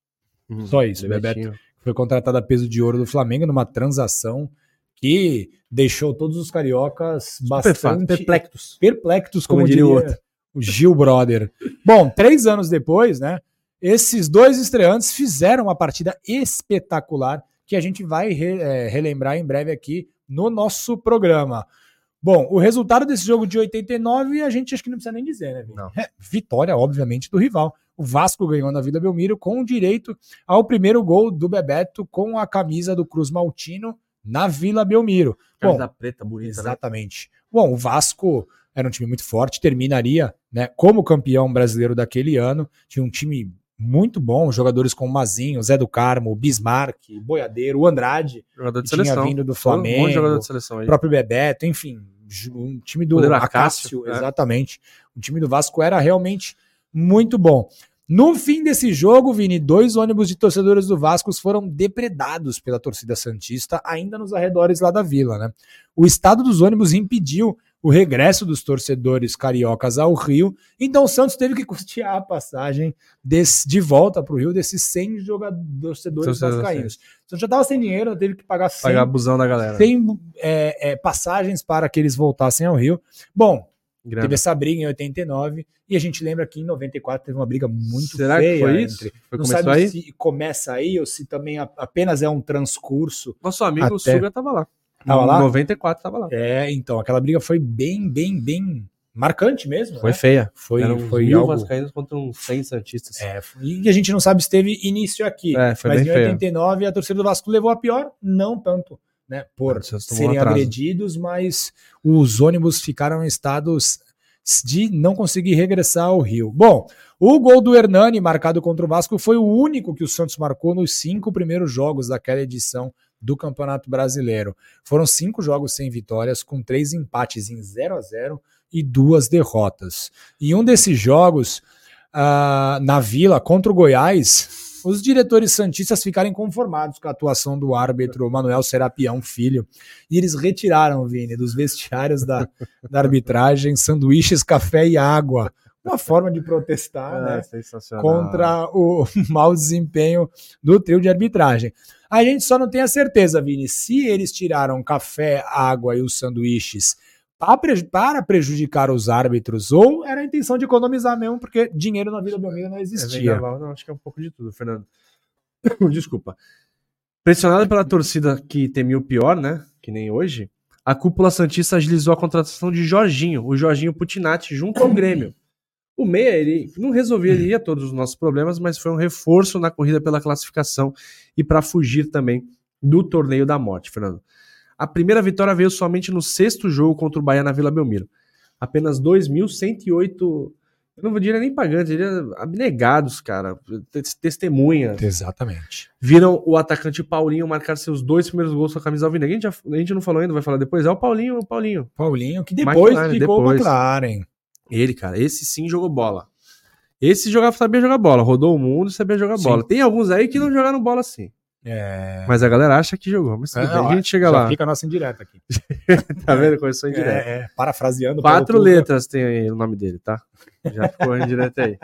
Speaker 1: Hum,
Speaker 2: Só isso, o Bebeto
Speaker 1: Bebetinho.
Speaker 2: foi contratado a peso de ouro do Flamengo numa transação que deixou todos os cariocas bastante
Speaker 1: Perplexos.
Speaker 2: perplexos, como,
Speaker 1: Como diria
Speaker 2: diria
Speaker 1: o
Speaker 2: o, Gil Brother. Bom, três anos depois, né? Esses dois estreantes fizeram uma partida espetacular que a gente vai re- eh, relembrar em breve aqui no nosso programa. Bom, o resultado desse jogo de 89 a gente acho que não precisa nem dizer, né? Vini?
Speaker 1: Não.
Speaker 2: É, vitória, obviamente, do rival. O Vasco ganhou na Vila Belmiro com direito ao primeiro gol do Bebeto com a camisa do Cruz Maltino na Vila Belmiro. Bom,
Speaker 1: Camisa preta, bonita, né?
Speaker 2: Exatamente. Bom, o Vasco era um time muito forte, terminaria né, como campeão brasileiro daquele ano. Tinha um time muito bom. Jogadores como o Mazinho, o Zé do Carmo, o Bismarck, o Boiadeiro, o Andrade,
Speaker 1: Jogador de
Speaker 2: que tinha
Speaker 1: seleção.
Speaker 2: vindo do
Speaker 1: Foi Um monte
Speaker 2: Flamengo,
Speaker 1: de jogador de seleção
Speaker 2: o
Speaker 1: aí.
Speaker 2: próprio Bebeto, enfim, ju- um time do
Speaker 1: Goleiro
Speaker 2: Acácio,
Speaker 1: Acácio, é.
Speaker 2: exatamente. O time do Vasco era realmente muito bom. No fim desse jogo, Vini, dois ônibus de torcedores do Vasco foram depredados pela torcida Santista, ainda nos arredores lá da vila, né? O estado dos ônibus impediu o regresso dos torcedores cariocas ao Rio, então o Santos teve que custear a passagem des- de volta para o Rio desses 100 jogadores, torcedores
Speaker 1: Torcedores,
Speaker 2: vascaínos. Então já estava sem dinheiro, teve que pagar 100
Speaker 1: Pagar abusão da galera.
Speaker 2: tem é, é, passagens para que eles voltassem ao Rio. Bom,
Speaker 1: Grana.
Speaker 2: teve essa briga em 89 e a gente lembra que em 94 teve uma briga assim, muito
Speaker 1: Será
Speaker 2: feia.
Speaker 1: que foi isso?
Speaker 2: entre-
Speaker 1: Foi
Speaker 2: Não
Speaker 1: começou
Speaker 2: sabe
Speaker 1: aí?
Speaker 2: se começa aí ou se também a- apenas é um transcurso.
Speaker 1: Nosso amigo
Speaker 2: Até-
Speaker 1: Suga tava lá.
Speaker 2: Tava
Speaker 1: Em
Speaker 2: lá?
Speaker 1: 94 tava lá.
Speaker 2: É, então, aquela briga foi bem, bem, bem marcante mesmo.
Speaker 1: Foi
Speaker 2: né?
Speaker 1: feia.
Speaker 2: foi,
Speaker 1: Eram uns
Speaker 2: foi
Speaker 1: mil
Speaker 2: algo...
Speaker 1: vascaínos contra um uns 100 santistas.
Speaker 2: É, foi- e a gente não sabe se teve início aqui.
Speaker 1: É, foi
Speaker 2: mas
Speaker 1: bem
Speaker 2: em
Speaker 1: feio.
Speaker 2: 89 a torcida do Vasco levou a pior, não tanto, né? Por
Speaker 1: Ah, vocês tomam
Speaker 2: serem
Speaker 1: atraso.
Speaker 2: agredidos, mas os ônibus ficaram em estados de não conseguir regressar ao Rio. Bom, o gol do Hernani marcado contra o Vasco foi o único que o Santos marcou nos cinco primeiros jogos daquela edição do Campeonato Brasileiro. Foram cinco jogos sem vitórias, com três empates em 0 a 0 e duas derrotas. Em um desses jogos, ah, na Vila, contra o Goiás, os diretores santistas ficaram inconformados com a atuação do árbitro Manuel Serapião Filho e eles retiraram, Vini, dos vestiários da, da arbitragem sanduíches, café e água. Uma forma de
Speaker 1: Ah,
Speaker 2: protestar, né?
Speaker 1: sensacional.
Speaker 2: contra o mau desempenho do trio de arbitragem. A gente só não tem a certeza, Vini, se eles tiraram café, água e os sanduíches pa- preju- para prejudicar os árbitros ou era a intenção de economizar mesmo, porque dinheiro na Vila Belmiro não
Speaker 1: É, vem
Speaker 2: existia.
Speaker 1: gravar, não, acho que é um pouco de tudo, Fernando. Desculpa. Pressionada pela torcida que temia o pior, né? Que nem hoje, a cúpula Santista agilizou a contratação de Jorginho, o Jorginho Putinati, junto ao Grêmio. O Meia, ele não resolveria todos os nossos problemas, mas foi um reforço na corrida pela classificação e para fugir também do torneio da morte, Fernando. A primeira vitória veio somente no sexto jogo contra o Bahia na Vila Belmiro. Apenas 2.108 eu não diria nem pagantes, eu diria abnegados, cara. Tes- Testemunhas.
Speaker 2: Exatamente.
Speaker 1: Viram o atacante Paulinho marcar seus dois primeiros gols com a camisa alvinega. A gente, já- a gente não falou ainda, vai falar depois. É o Paulinho, é o Paulinho.
Speaker 2: Paulinho, que depois
Speaker 1: McLaren,
Speaker 2: ficou
Speaker 1: depois.
Speaker 2: McLaren.
Speaker 1: Ele, cara, esse sim jogou bola. Esse jogava, sabia jogar bola. Rodou o mundo e sabia jogar
Speaker 2: Sim.
Speaker 1: bola. Tem alguns aí que não jogaram bola assim.
Speaker 2: É...
Speaker 1: Mas a galera acha que jogou. Mas tudo
Speaker 2: É,
Speaker 1: bem,
Speaker 2: ó,
Speaker 1: a gente chega
Speaker 2: já
Speaker 1: lá.
Speaker 2: Fica a nossa indireta aqui.
Speaker 1: Tá vendo? Começou em direto.
Speaker 2: É, é, parafraseando.
Speaker 1: Quatro
Speaker 2: Paulo Tuca.
Speaker 1: letras tem aí o nome dele, tá? Já ficou em direto aí.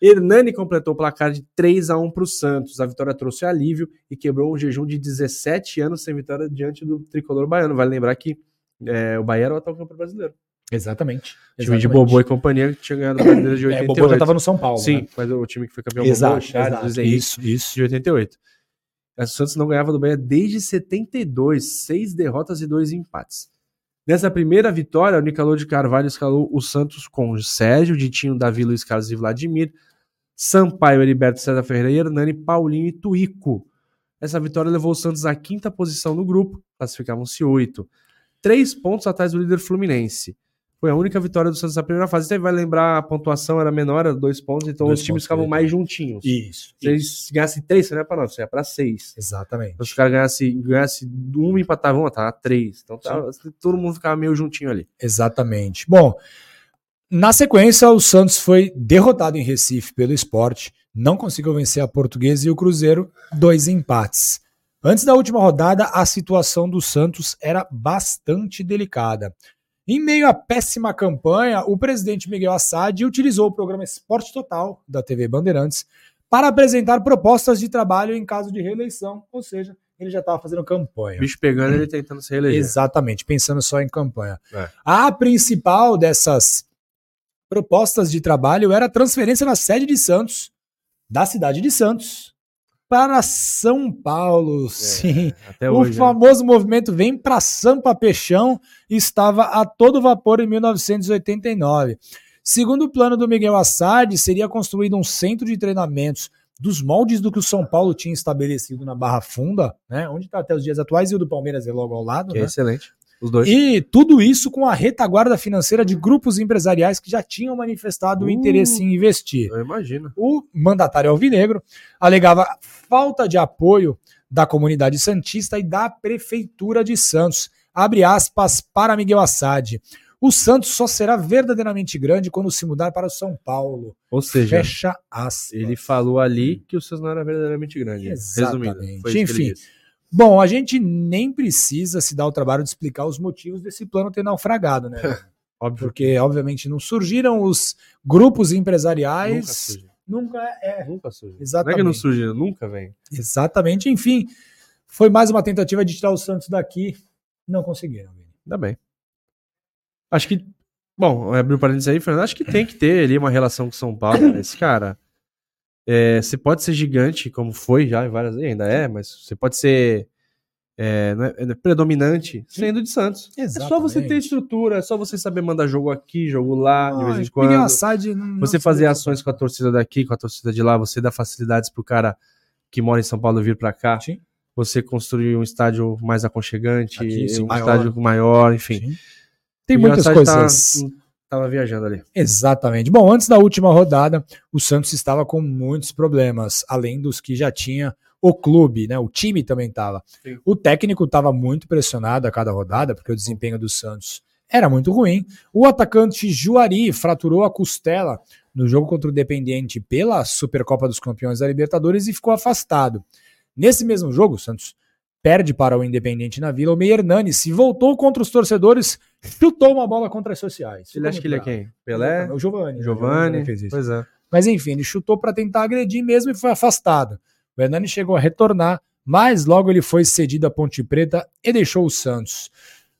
Speaker 1: Hernani completou o placar de 3 a 1 para o Santos. A vitória trouxe alívio e quebrou um jejum de 17 anos sem vitória diante do tricolor baiano. Vale lembrar que é, o Bahia era o atual campeão brasileiro.
Speaker 2: Exatamente.
Speaker 1: Time de
Speaker 2: exatamente.
Speaker 1: Bobô e companhia que tinha ganhado o brasileiro de
Speaker 2: É,
Speaker 1: 88.
Speaker 2: Bobô já estava no São Paulo.
Speaker 1: Sim,
Speaker 2: né?
Speaker 1: mas o time que foi campeão
Speaker 2: Exato,
Speaker 1: Bobô, Charles,
Speaker 2: exato.
Speaker 1: Luiz Henrique,
Speaker 2: Isso, isso.
Speaker 1: de 88. O Santos não ganhava do Bahia desde 72, seis derrotas e dois empates. Nessa primeira vitória, o Nicolò de Carvalho escalou o Santos com Sérgio, Ditinho, Davi, Luiz Carlos e Vladimir, Sampaio, Heriberto, César Ferreira, e Hernani, Paulinho e Tuico. Essa vitória levou o Santos à quinta posição no grupo, classificavam-se oito. Três pontos atrás do líder Fluminense. Foi a única vitória do Santos na primeira fase. Você vai lembrar, a pontuação era menor, era dois pontos, então
Speaker 2: Dois
Speaker 1: os times
Speaker 2: pontos,
Speaker 1: ficavam
Speaker 2: né?
Speaker 1: mais juntinhos.
Speaker 2: Isso.
Speaker 1: Se eles ganhassem três, você não ia pra nove, você ia pra seis.
Speaker 2: Exatamente.
Speaker 1: Então, se os caras ganhassem ganhasse um e empatavam, tá? Três. Então tá, todo mundo ficava meio juntinho ali.
Speaker 2: Exatamente. Bom, na sequência, o Santos foi derrotado em Recife pelo esporte, não conseguiu vencer a Portuguesa e o Cruzeiro, dois empates. Antes da última rodada, a situação do Santos era bastante delicada. Em meio à péssima campanha, o presidente Miguel Assad utilizou o programa Esporte Total da TV Bandeirantes para apresentar propostas de trabalho em caso de reeleição, ou seja, ele já estava fazendo campanha.
Speaker 1: Bicho pegando ele tentando se reeleger.
Speaker 2: Exatamente, pensando só em campanha.
Speaker 1: É.
Speaker 2: A principal dessas propostas de trabalho era a transferência na sede de Santos, da cidade de Santos, para São Paulo. Sim.
Speaker 1: Até
Speaker 2: o
Speaker 1: É, hoje. né?
Speaker 2: famoso movimento Vem para Sampa Peixão estava a todo vapor em 1989. Segundo o plano do Miguel Assad, seria construído um centro de treinamentos dos moldes do que o São Paulo tá tinha estabelecido na Barra Funda, né, onde está até os dias atuais, e o do Palmeiras é logo ao lado.
Speaker 1: Que é
Speaker 2: né?
Speaker 1: excelente. Os dois.
Speaker 2: E tudo isso com a retaguarda financeira de grupos empresariais que já tinham manifestado o
Speaker 1: Uh.
Speaker 2: interesse em investir.
Speaker 1: Eu imagino.
Speaker 2: O mandatário alvinegro alegava falta de apoio da comunidade santista e da prefeitura de Santos. Abre aspas para Miguel Assad. O Santos só será verdadeiramente grande quando se mudar para o São Paulo.
Speaker 1: Ou seja,
Speaker 2: Fecha aspas.
Speaker 1: ele falou ali que o Santos não era verdadeiramente grande. Resumindo.
Speaker 2: Exatamente.
Speaker 1: foi isso que ele
Speaker 2: Enfim.
Speaker 1: disse.
Speaker 2: Bom, a gente nem precisa se dar o trabalho de explicar os motivos desse plano ter naufragado, né?
Speaker 1: Óbvio.
Speaker 2: Porque, obviamente, não surgiram os grupos
Speaker 1: Nunca
Speaker 2: empresariais.
Speaker 1: surge.
Speaker 2: Nunca, é.
Speaker 1: Nunca surge. Não é que
Speaker 2: Exatamente.
Speaker 1: não surge nunca, velho.
Speaker 2: Exatamente. Enfim, foi mais uma tentativa de tirar o Santos daqui. Não conseguiram. Vini.
Speaker 1: Ainda bem. Acho que. Bom, é, abriu parênteses aí, Fernando. Acho que tem que ter ali uma relação com São Paulo. né? Esse cara. é, você pode ser gigante, como foi já em várias. Ainda é, mas você pode ser. é, não é- é predominante sendo de Santos. É só você ter estrutura, é só você saber mandar jogo aqui, jogo lá, de vez em quando.
Speaker 2: Ah, Miguel Assad não- não
Speaker 1: Você
Speaker 2: se
Speaker 1: fazer
Speaker 2: deu-
Speaker 1: ações com a torcida daqui, com a torcida de lá, você dá facilidades pro cara que mora em São Paulo vir pra cá.
Speaker 2: Sim.
Speaker 1: Você construir um estádio mais aconchegante,
Speaker 2: Aqui, sim,
Speaker 1: um
Speaker 2: maior.
Speaker 1: estádio maior, enfim.
Speaker 2: Sim. Tem
Speaker 1: E
Speaker 2: muitas
Speaker 1: o Assad tá-
Speaker 2: coisas.
Speaker 1: tava viajando ali.
Speaker 2: Exatamente. Bom, antes da última rodada, o Santos estava com muitos problemas, além dos que já tinha o clube, né? O time também estava.
Speaker 1: Sim.
Speaker 2: O técnico estava muito pressionado a cada rodada, porque o desempenho do Santos era muito ruim. O atacante Juari fraturou a costela no jogo contra o Dependiente pela Supercopa dos Campeões da Libertadores e ficou afastado. Nesse mesmo jogo, o Santos perde para o Independente na Vila. O Meia Hernani se voltou contra os torcedores, chutou uma bola contra as sociais.
Speaker 1: Ele acha que ele é
Speaker 2: Ficou muito bravo.
Speaker 1: quem? Pelé?
Speaker 2: Exatamente. O Giovani. né? O
Speaker 1: Giovani?
Speaker 2: fez isso.
Speaker 1: Pois é.
Speaker 2: Mas enfim, ele chutou para tentar agredir mesmo e foi afastado. O Hernani chegou a retornar, mas logo ele foi cedido à Ponte Preta e deixou o Santos.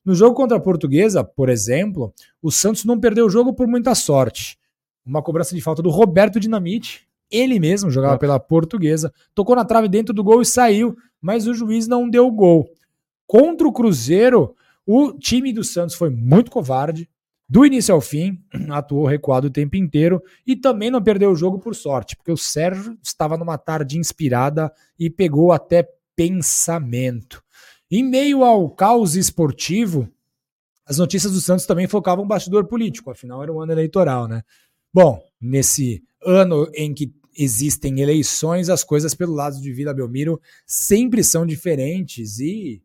Speaker 2: No jogo contra a Portuguesa, por exemplo, o Santos não perdeu o jogo por muita sorte. Uma cobrança de falta do Roberto Dinamite, ele mesmo jogava
Speaker 1: Opa.
Speaker 2: pela Portuguesa, tocou na trave dentro do gol e saiu, mas o juiz não deu o gol. Contra o Cruzeiro, o time do Santos foi muito covarde, do início ao fim, atuou recuado o tempo inteiro e também não perdeu o jogo por sorte, porque o Sérgio estava numa tarde inspirada e pegou até pensamento. Em meio ao caos esportivo, as notícias do Santos também focavam o bastidor político, afinal era um ano eleitoral, né? Bom, nesse ano em que existem eleições, as coisas pelo lado de Vila Belmiro sempre são diferentes e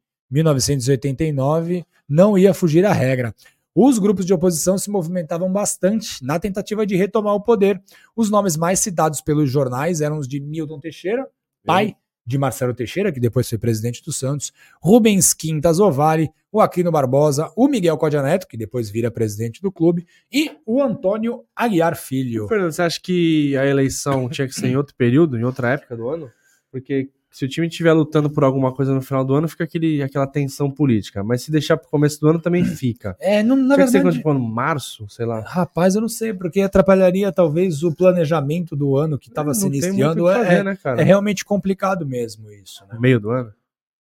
Speaker 2: 1989 não ia fugir à regra. Os grupos de oposição se movimentavam bastante na tentativa de retomar o poder. Os nomes mais citados pelos jornais eram os de Milton Teixeira, pai de Marcelo Teixeira, que depois foi presidente do Santos, Rubens Quintas Ovale, o Aquino Barbosa, o Miguel Codia Neto, que depois vira presidente do clube, e o Antônio Aguiar Filho.
Speaker 1: Fernando, você acha que a eleição tinha que ser em outro período, em outra época do ano? Porque se o time estiver lutando por alguma coisa no final do ano, fica aquele, aquela tensão política. Mas se deixar pro começo do ano, também fica.
Speaker 2: É, não, na
Speaker 1: Tinha que ser quando,
Speaker 2: verdade,
Speaker 1: tipo, no março, sei lá.
Speaker 2: rapaz, eu não sei, porque atrapalharia talvez o planejamento do ano que estava
Speaker 1: Não tem
Speaker 2: se
Speaker 1: muito o que
Speaker 2: iniciando. É-
Speaker 1: fazer,
Speaker 2: é,
Speaker 1: né,
Speaker 2: é
Speaker 1: cara?
Speaker 2: realmente complicado mesmo isso, né?
Speaker 1: No meio do ano.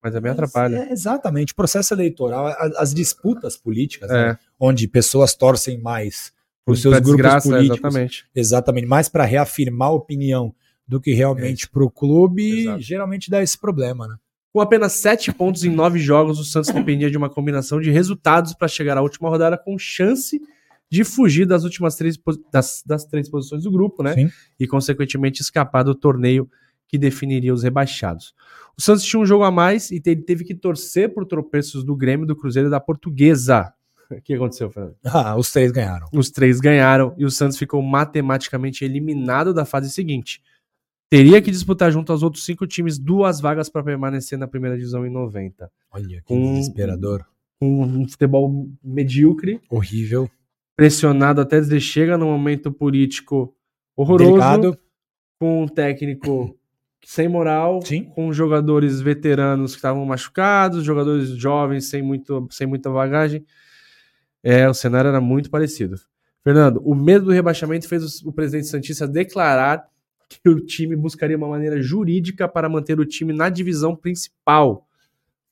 Speaker 1: Mas também atrapalha.
Speaker 2: É, exatamente, o processo eleitoral, a- as disputas políticas, né,
Speaker 1: É.
Speaker 2: onde pessoas torcem mais para os seus
Speaker 1: Pra
Speaker 2: grupos
Speaker 1: desgraça,
Speaker 2: políticos, exatamente.
Speaker 1: Exatamente.
Speaker 2: mais para reafirmar a opinião do que realmente para o clube,
Speaker 1: Exato.
Speaker 2: geralmente dá esse problema, né?
Speaker 1: Com apenas sete pontos em nove jogos, o Santos dependia de uma combinação de resultados para chegar à última rodada com chance de fugir das últimas três, po- das, das três posições do grupo, né?
Speaker 2: Sim.
Speaker 1: E, consequentemente, escapar do torneio que definiria os rebaixados. O Santos tinha um jogo a mais e te- ele teve que torcer por tropeços do Grêmio, do Cruzeiro e da Portuguesa. O que aconteceu, Fernando?
Speaker 2: Ah, os três ganharam.
Speaker 1: Os três ganharam e o Santos ficou matematicamente eliminado da fase seguinte. Teria que disputar junto aos outros cinco times duas vagas para permanecer na primeira divisão em 90.
Speaker 2: Olha que
Speaker 1: Um-
Speaker 2: desesperador.
Speaker 1: Com um futebol medíocre,
Speaker 2: Horrível.
Speaker 1: pressionado até dizer chega num momento político horroroso,
Speaker 2: Delicado.
Speaker 1: com um técnico sem moral,
Speaker 2: Sim.
Speaker 1: com jogadores veteranos que estavam machucados, jogadores jovens sem, muito, sem muita bagagem. É, o cenário era muito parecido. Fernando, o medo do rebaixamento fez o, o presidente Santista declarar que o time buscaria uma maneira jurídica para manter o time na divisão principal.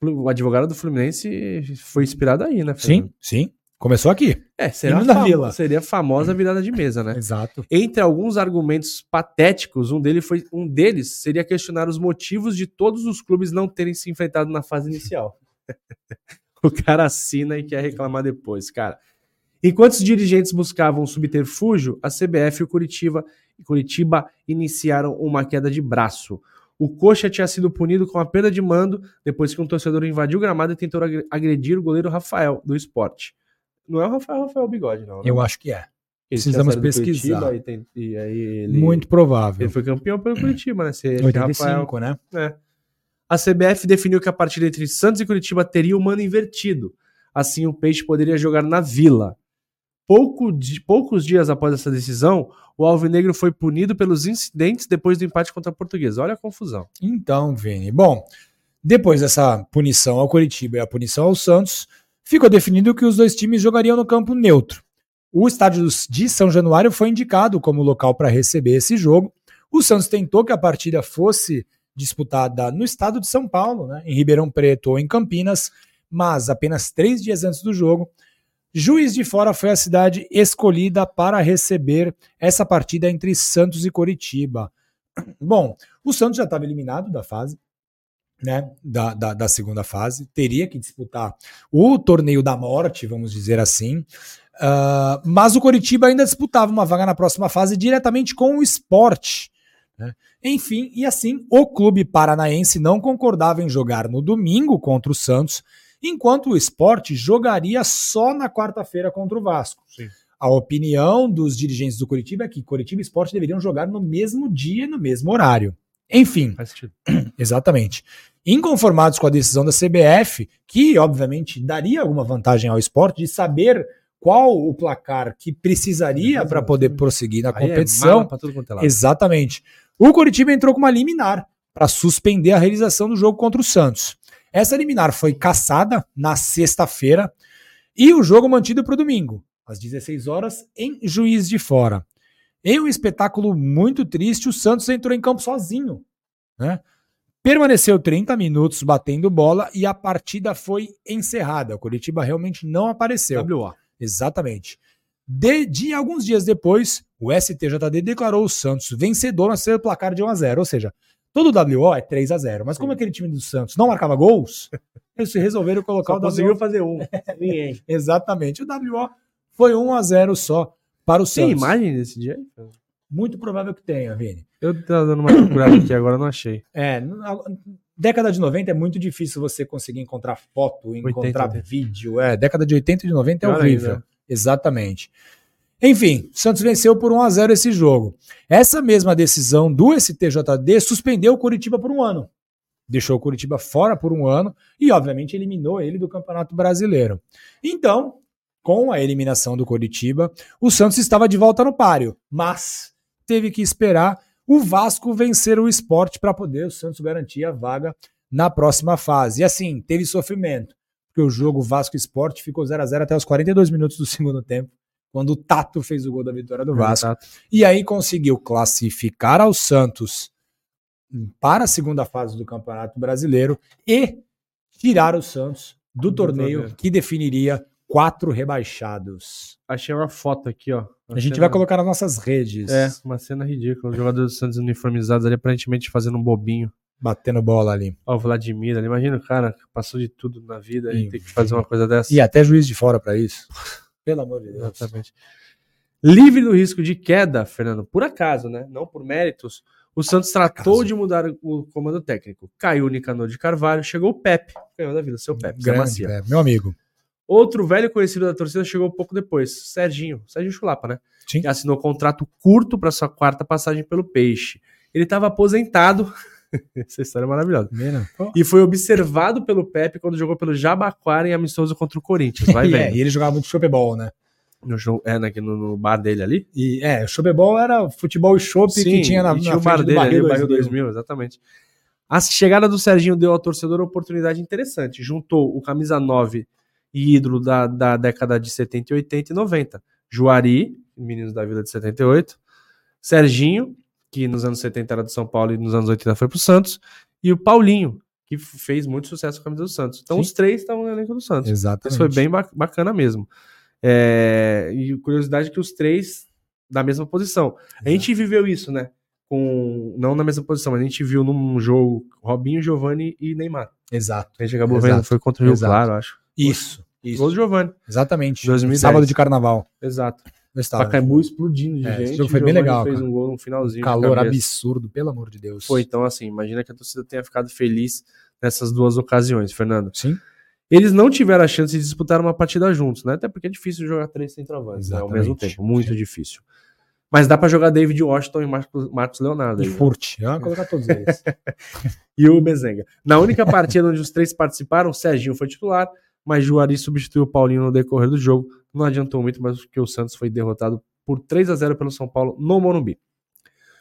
Speaker 1: O advogado do Fluminense foi inspirado aí, né? Fernando?
Speaker 2: Sim, sim. Começou aqui.
Speaker 1: É, seria,
Speaker 2: Hino da
Speaker 1: fam-
Speaker 2: Vila.
Speaker 1: seria a famosa virada de mesa, né?
Speaker 2: Exato.
Speaker 1: Entre alguns argumentos patéticos, um, dele foi, um deles seria questionar os motivos de todos os clubes não terem se enfrentado na fase inicial. O cara assina e quer reclamar depois, cara. Enquanto os dirigentes buscavam subterfúgio, a CBF e o Curitiba, Curitiba iniciaram uma queda de braço. O Coxa tinha sido punido com a perda de mando depois que um torcedor invadiu o gramado e tentou agredir o goleiro Rafael, do esporte. Não é o Rafael, Rafael Bigode, não. Né?
Speaker 2: Eu acho que é.
Speaker 1: Ele
Speaker 2: precisamos
Speaker 1: tinha saído do
Speaker 2: pesquisar.
Speaker 1: Curitiba E tem- e aí ele,
Speaker 2: Muito provável.
Speaker 1: ele foi campeão pelo Curitiba, né? Se esse Rafael
Speaker 2: 85, né?
Speaker 1: a CBF definiu que a partida entre Santos e Curitiba teria o mano invertido. Assim, o Peixe poderia jogar na Vila. Pouco di- poucos dias após essa decisão, o Alvinegro foi punido pelos incidentes depois do empate contra a Portuguesa. Olha a confusão.
Speaker 2: Então, Vini. Bom, depois dessa punição ao Curitiba e a punição ao Santos, ficou definido que os dois times jogariam no campo neutro. O estádio dos- de São Januário foi indicado como local para receber esse jogo. O Santos tentou que a partida fosse disputada no estado de São Paulo, né, em Ribeirão Preto ou em Campinas, mas apenas três dias antes do jogo, Juiz de Fora foi a cidade escolhida para receber essa partida entre Santos e Coritiba. Bom, o Santos já estava eliminado da fase, né? Da, da, da segunda fase. Teria que disputar o torneio da morte, vamos dizer assim. Ah, mas o Coritiba ainda disputava uma vaga na próxima fase diretamente com o esporte. né? Enfim, e assim, o clube paranaense não concordava em jogar no domingo contra o Santos, enquanto o esporte jogaria só na quarta-feira contra o Vasco.
Speaker 1: Sim.
Speaker 2: A opinião dos dirigentes do Coritiba é que Coritiba e esporte deveriam jogar no mesmo dia, e no mesmo horário. Enfim,
Speaker 1: Faz sentido.
Speaker 2: Exatamente. Inconformados com a decisão da CBF, que obviamente daria alguma vantagem ao esporte de saber qual o placar que precisaria
Speaker 1: Exatamente.
Speaker 2: para poder prosseguir na
Speaker 1: Aí é
Speaker 2: competição.
Speaker 1: mala pra tudo quanto é lado.
Speaker 2: Exatamente. O Coritiba entrou com uma liminar para suspender a realização do jogo contra o Santos. Essa liminar foi caçada na sexta-feira e o jogo mantido para o domingo, às 16 horas, em Juiz de Fora. Em um espetáculo muito triste, o Santos entrou em campo sozinho. né? Permaneceu 30 minutos batendo bola e a partida foi encerrada. O Coritiba realmente não apareceu.
Speaker 1: WO.
Speaker 2: Exatamente. De, de alguns dias depois, o STJD declarou o Santos vencedor no seu placar de 1 a 0 ou seja, todo o WO é 3 a 0 mas como
Speaker 1: Sim.
Speaker 2: aquele time do Santos não marcava gols, eles resolveram colocar
Speaker 1: Só
Speaker 2: o
Speaker 1: conseguiu
Speaker 2: WO.
Speaker 1: fazer um. Ninguém.
Speaker 2: Exatamente, o WO foi 1 a 0 só para o Santos.
Speaker 1: Tem imagem desse dia? aí?
Speaker 2: Muito provável que tenha, Vini.
Speaker 1: Eu tava dando uma procurada aqui, agora não achei.
Speaker 2: É, na década de 90 é muito difícil você conseguir encontrar foto, encontrar
Speaker 1: 80.
Speaker 2: vídeo. É, década de 80 e de 90 é
Speaker 1: Pior
Speaker 2: horrível.
Speaker 1: ainda.
Speaker 2: Exatamente. Enfim, o Santos venceu por 1 a 0 esse jogo. Essa mesma decisão do STJD suspendeu o Curitiba por um ano. Deixou o Curitiba fora por um ano e, obviamente, eliminou ele do Campeonato Brasileiro. Então, com a eliminação do Curitiba, o Santos estava de volta no páreo, mas teve que esperar o Vasco vencer o esporte para poder o Santos garantir a vaga na próxima fase. E assim, teve sofrimento, porque o jogo Vasco Esporte ficou 0 a 0 até os 42 minutos do segundo tempo, quando o Tato fez o gol da vitória do Vasco.
Speaker 1: Exato.
Speaker 2: E aí conseguiu classificar ao Santos para a segunda fase do Campeonato Brasileiro e tirar o Santos do,
Speaker 1: Do
Speaker 2: torneio,
Speaker 1: torneio.
Speaker 2: que definiria quatro rebaixados.
Speaker 1: Achei uma foto aqui, ó.
Speaker 2: A gente
Speaker 1: Achei
Speaker 2: vai
Speaker 1: uma-
Speaker 2: colocar nas nossas redes,
Speaker 1: É, uma cena ridícula. Os jogadores do Santos uniformizados ali, aparentemente fazendo um bobinho.
Speaker 2: batendo bola ali.
Speaker 1: Ó, o Vladimir, ali, imagina o cara que passou de tudo na vida e
Speaker 2: Ih,
Speaker 1: tem que fazer uma coisa dessa.
Speaker 2: E até juiz de fora para isso. É, Pelo amor de Deus.
Speaker 1: Exatamente. Livre do risco de queda, Fernando, por acaso, né? Não por méritos. O Santos tratou
Speaker 2: Acaso.
Speaker 1: de mudar o comando técnico. Caiu o Nicanor de Carvalho, chegou o Pepe. Ganhou da vida, seu Pepe, seu
Speaker 2: Grande,
Speaker 1: Macia.
Speaker 2: é, meu amigo.
Speaker 1: Outro velho conhecido da torcida chegou pouco depois, Serginho, Serginho Chulapa, né?
Speaker 2: Sim.
Speaker 1: Que assinou contrato curto para sua quarta passagem pelo Peixe. Ele estava aposentado. Essa história é maravilhosa.
Speaker 2: Mena.
Speaker 1: E foi observado pelo Pepe quando jogou pelo Jabaquara em amistoso contra o Corinthians. Vai
Speaker 2: E, é,
Speaker 1: vendo.
Speaker 2: e ele jogava muito chopebol, né?
Speaker 1: No, show, é, naquele- no, no bar dele ali.
Speaker 2: E é, o chopebol era futebol chope que tinha na,
Speaker 1: e tinha
Speaker 2: na
Speaker 1: o bar
Speaker 2: frente
Speaker 1: dele ali, o
Speaker 2: Barril
Speaker 1: Barril
Speaker 2: 2000.
Speaker 1: 2000, exatamente. A chegada do Serginho deu ao torcedor uma oportunidade interessante. Juntou o camisa 9 e ídolo da, da década de 70, 80 e 90. Juari, meninos da Vila de 78. Serginho, que nos anos 70 era do São Paulo e nos anos 80 foi pro Santos. E o Paulinho, que f- fez muito sucesso com a camisa do Santos. Então
Speaker 2: Sim.
Speaker 1: os três estavam no elenco do Santos.
Speaker 2: Exatamente.
Speaker 1: Isso foi bem ba- bacana mesmo. É, e curiosidade que os três da mesma posição. A gente viveu isso, né? Com, não na mesma posição, mas a gente viu num jogo Robinho, Giovani e Neymar.
Speaker 2: Exato.
Speaker 1: A gente acabou
Speaker 2: Exato.
Speaker 1: vendo, foi contra o Rio
Speaker 2: Exato.
Speaker 1: Claro, acho.
Speaker 2: Isso,
Speaker 1: Gol do
Speaker 2: isso.
Speaker 1: Giovani.
Speaker 2: Exatamente.
Speaker 1: 2010.
Speaker 2: Sábado de carnaval.
Speaker 1: Exato.
Speaker 2: Eu estava.
Speaker 1: Pacaembu explodindo de
Speaker 2: Tá. É,
Speaker 1: gente.
Speaker 2: esse jogo foi bem
Speaker 1: Giovani
Speaker 2: legal,
Speaker 1: fez
Speaker 2: cara.
Speaker 1: um gol no finalzinho. de
Speaker 2: Calor
Speaker 1: cabeça.
Speaker 2: absurdo, pelo amor de Deus.
Speaker 1: Foi, então, assim, imagina que a torcida tenha ficado feliz nessas duas ocasiões, Fernando.
Speaker 2: Sim.
Speaker 1: Eles não tiveram a chance de disputar uma partida juntos, né? Até porque é difícil jogar três centroavantes né, ao
Speaker 2: Exatamente.
Speaker 1: mesmo tempo. Muito difícil. Mas dá pra jogar David Washington e Marcos, Marcos Leonardo.
Speaker 2: E
Speaker 1: aí, né?
Speaker 2: Furt. Eu ia colocar todos eles.
Speaker 1: e o Mezenga. Na única partida onde os três participaram, Serginho foi titular, mas Juari substituiu o Paulinho no decorrer do jogo. Não adiantou muito, mas porque o Santos foi derrotado por 3 a 0 pelo São Paulo no Morumbi.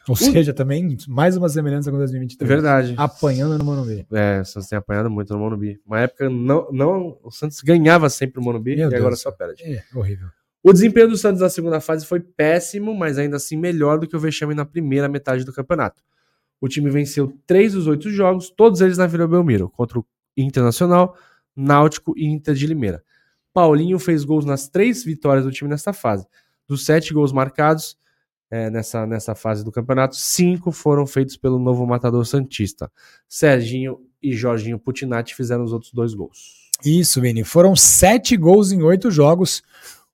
Speaker 2: Ou seja, também mais uma semelhança com 2023.
Speaker 1: É Verdade.
Speaker 2: Apanhando no Morumbi.
Speaker 1: É, o Santos tem apanhado muito no Morumbi. Uma época não, não o Santos ganhava sempre o Morumbi
Speaker 2: Meu
Speaker 1: e
Speaker 2: Deus
Speaker 1: agora
Speaker 2: do
Speaker 1: só perde.
Speaker 2: É, horrível.
Speaker 1: O desempenho do Santos na segunda fase foi péssimo, mas ainda assim melhor do que o vexame na primeira metade do campeonato. O time venceu três dos oito jogos, todos eles na Vila Belmiro, contra o Internacional, Náutico e Inter de Limeira. Paulinho fez gols nas três vitórias do time nesta fase. Dos sete gols marcados é, nessa, nessa fase do campeonato, cinco foram feitos pelo novo matador Santista. Serginho e Jorginho Putinati fizeram os outros dois gols.
Speaker 2: Isso, Vini. Foram sete gols em oito jogos,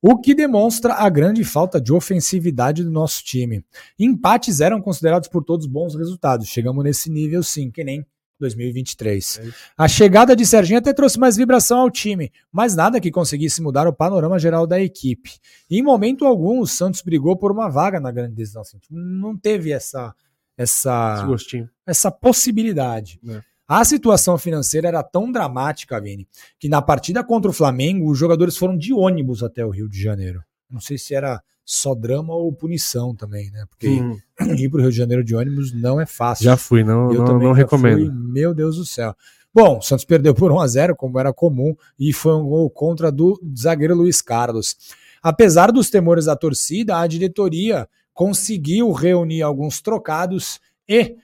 Speaker 2: o que demonstra a grande falta de ofensividade do nosso time. Empates eram considerados por todos bons resultados. Chegamos nesse nível, sim, que nem 2023.
Speaker 1: É isso.
Speaker 2: a chegada de Serginho até trouxe mais vibração ao time, mas nada que conseguisse mudar o panorama geral da equipe. Em momento algum, o Santos brigou por uma vaga na grande decisão. assim, Não teve essa essa
Speaker 1: Esse gostinho.
Speaker 2: essa possibilidade.
Speaker 1: É.
Speaker 2: A situação financeira era tão dramática, Vini, que na partida contra o Flamengo, os jogadores foram de ônibus até o Rio de Janeiro. Não sei se era só drama ou punição também, né? Porque
Speaker 1: Hum,
Speaker 2: ir para o Rio de Janeiro de ônibus não é fácil.
Speaker 1: já fui, não,
Speaker 2: Eu
Speaker 1: não,
Speaker 2: também
Speaker 1: não
Speaker 2: já
Speaker 1: recomendo.
Speaker 2: fui, meu Deus do céu. Bom, o Santos perdeu por 1 a 0 como era comum, e foi um gol contra do zagueiro Luiz Carlos. Apesar dos temores da torcida, a diretoria conseguiu reunir alguns trocados e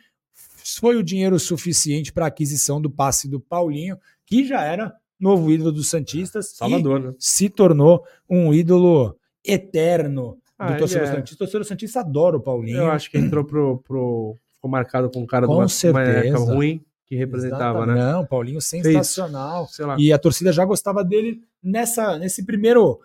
Speaker 2: foi o dinheiro suficiente para a aquisição do passe do Paulinho, que já era novo ídolo dos Santistas e
Speaker 1: Salvador, né?
Speaker 2: se tornou um ídolo eterno
Speaker 1: Ah,
Speaker 2: do
Speaker 1: ele
Speaker 2: torcedor
Speaker 1: é.
Speaker 2: Santista. O torcedor Santista adora o Paulinho.
Speaker 1: Eu acho que entrou pro. pro ficou marcado com um cara
Speaker 2: Com
Speaker 1: de uma, uma época
Speaker 2: certeza.
Speaker 1: ruim que representava,
Speaker 2: Exatamente.
Speaker 1: né?
Speaker 2: Não, Paulinho sensacional.
Speaker 1: Sei lá.
Speaker 2: E a torcida já gostava dele nessa nesse primeiro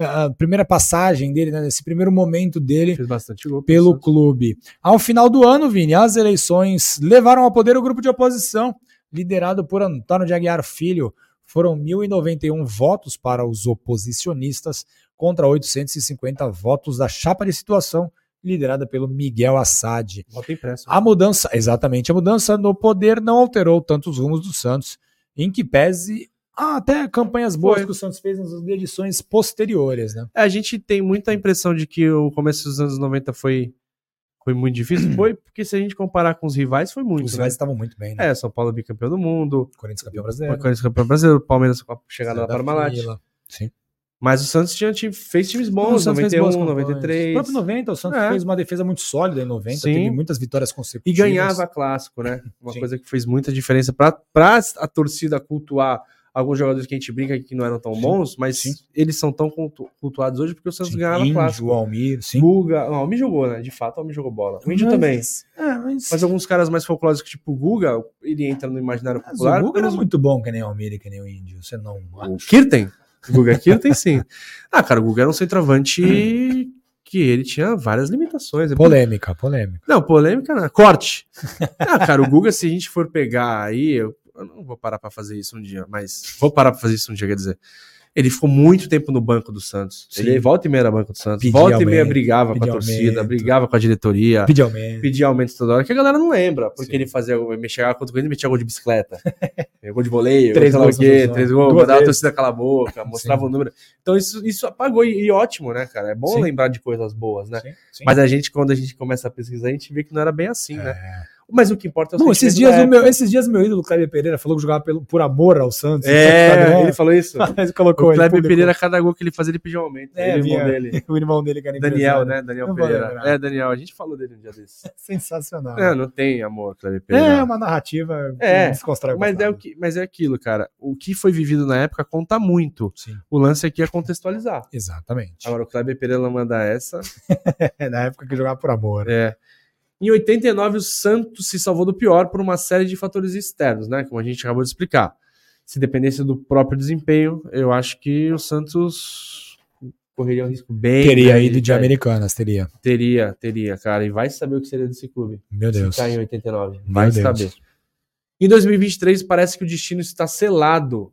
Speaker 2: ah, primeira passagem dele, né, nesse primeiro momento dele
Speaker 1: Fez bastante gol.
Speaker 2: pelo
Speaker 1: Santos.
Speaker 2: clube. Ao final do ano, Vini, as eleições levaram ao poder o grupo de oposição, liderado por Antônio de Aguiar Filho. Foram 1.091 votos para os oposicionistas contra 850 votos da chapa de situação, liderada pelo Miguel Assad.
Speaker 1: Bota impresso.
Speaker 2: A mudança, exatamente, a mudança no poder não alterou tanto os rumos do Santos, em que pese ah, até campanhas boas
Speaker 1: Foi.
Speaker 2: que o Santos fez nas edições posteriores, né?
Speaker 1: É, A gente tem muita impressão de que o começo dos anos 90 foi, foi muito difícil. Foi porque se a gente comparar com os rivais, foi muito.
Speaker 2: Os
Speaker 1: né?
Speaker 2: rivais estavam muito bem, né?
Speaker 1: É, São Paulo bicampeão do mundo,
Speaker 2: Corinthians campeão brasileiro.
Speaker 1: Corinthians campeão brasileiro, Palmeiras com a chegada da
Speaker 2: Santa
Speaker 1: Parmalat.
Speaker 2: Fila.
Speaker 1: Mas o Santos tinha, time- fez times
Speaker 2: O
Speaker 1: bons,
Speaker 2: Santos fez
Speaker 1: 91,
Speaker 2: boas campanhas. O
Speaker 1: 93.
Speaker 2: próprio 90, o Santos
Speaker 1: É.
Speaker 2: fez uma defesa muito sólida em 90,
Speaker 1: Sim.
Speaker 2: teve muitas vitórias
Speaker 1: E
Speaker 2: consecutivas.
Speaker 1: ganhava clássico, né? Uma
Speaker 2: Sim.
Speaker 1: coisa que fez muita diferença para a torcida cultuar alguns jogadores que a gente brinca que não eram tão
Speaker 2: Sim,
Speaker 1: bons, mas
Speaker 2: sim.
Speaker 1: eles são tão cultu- cultuados hoje porque o Santos
Speaker 2: Sim,
Speaker 1: ganhava
Speaker 2: Índio,
Speaker 1: clássico.
Speaker 2: o Almir, sim.
Speaker 1: Guga, não, o Almi jogou, né? De fato, o Almi jogou bola. O Índio
Speaker 2: Mas-
Speaker 1: também.
Speaker 2: É, mas,
Speaker 1: Mas alguns caras mais folclóricos, tipo o Guga, ele entra no imaginário
Speaker 2: mas
Speaker 1: popular.
Speaker 2: o Guga era
Speaker 1: pelos-
Speaker 2: muito bom que nem o Almir e que nem o Índio. Você não
Speaker 1: O Kirten? O Guga é Kirten, sim. Ah, cara, o Guga era um centroavante que ele tinha várias limitações. É por
Speaker 2: Polêmica, polêmica.
Speaker 1: Não, polêmica não. Corte. Ah, cara, o Guga, se a gente for pegar aí, eu, eu não vou parar pra fazer isso um dia, mas vou parar pra fazer isso um dia, quer dizer. Ele ficou muito tempo no banco do Santos.
Speaker 2: Sim.
Speaker 1: Ele volta e meia era banco do Santos.
Speaker 2: Pedia
Speaker 1: volta e meia
Speaker 2: aumento,
Speaker 1: brigava com a
Speaker 2: pedia
Speaker 1: torcida,
Speaker 2: aumento.
Speaker 1: brigava com a diretoria,
Speaker 2: Pedi aumento.
Speaker 1: pedia aumento toda hora, que a galera não lembra, porque
Speaker 2: Sim.
Speaker 1: ele fazia, ele chegava contra o Corinthians e metia gol de bicicleta. gol de voleio,
Speaker 2: Três
Speaker 1: sei lá
Speaker 2: gols
Speaker 1: o quê,
Speaker 2: na
Speaker 1: três
Speaker 2: zona.
Speaker 1: gols,
Speaker 2: Duas
Speaker 1: mandava a
Speaker 2: vezes.
Speaker 1: torcida cala a boca, mostrava
Speaker 2: Sim.
Speaker 1: o número. Então isso, isso apagou e, e ótimo, né, cara? É bom
Speaker 2: Sim.
Speaker 1: lembrar de coisas boas, né?
Speaker 2: Sim, sim.
Speaker 1: Mas a gente, quando a gente começa a pesquisar, a gente vê que não era bem assim, né?
Speaker 2: É.
Speaker 1: Mas o que importa é o
Speaker 2: Bom, esses
Speaker 1: sentimento
Speaker 2: dias,
Speaker 1: da
Speaker 2: o meu, esses dias meu ídolo, Kleber Pereira, falou que jogava pelo, por amor ao Santos. Então,
Speaker 1: época. É, ele
Speaker 2: ele
Speaker 1: falou isso.
Speaker 2: ele colocou
Speaker 1: O
Speaker 2: ele
Speaker 1: Kleber
Speaker 2: publicou.
Speaker 1: Pereira, cada gol que ele fazia, ele pedia um aumento.
Speaker 2: É,
Speaker 1: ele, o irmão
Speaker 2: vinha-
Speaker 1: dele.
Speaker 2: O irmão dele, que era
Speaker 1: Daniel,
Speaker 2: empresário.
Speaker 1: né? Daniel
Speaker 2: Não vou
Speaker 1: Pereira.
Speaker 2: lembrar.
Speaker 1: É, Daniel, a gente falou dele um dia desses.
Speaker 2: Sensacional.
Speaker 1: É, não tem amor, Kleber
Speaker 2: É,
Speaker 1: Pereira.
Speaker 2: uma narrativa
Speaker 1: É,
Speaker 2: que desconstrói o
Speaker 1: mas, é o
Speaker 2: passado.
Speaker 1: que, mas é aquilo, cara. O que foi vivido na época conta muito.
Speaker 2: Sim,
Speaker 1: O lance aqui é contextualizar.
Speaker 2: exatamente.
Speaker 1: Agora, o Kleber Pereira manda essa.
Speaker 2: É, na época que jogava por amor.
Speaker 1: É. Em 89, o Santos se salvou do pior por uma série de fatores externos, né? Como a gente acabou de explicar. se dependesse do próprio desempenho, eu acho que o Santos correria um risco bem.
Speaker 2: Teria
Speaker 1: grande,
Speaker 2: ido de
Speaker 1: cara.
Speaker 2: Americanas, teria.
Speaker 1: Teria, teria, cara. E vai saber o que seria desse clube.
Speaker 2: Meu Deus.
Speaker 1: Se cair em 89.
Speaker 2: Meu
Speaker 1: Vai
Speaker 2: Deus.
Speaker 1: saber. Em 2023, parece que o destino está selado.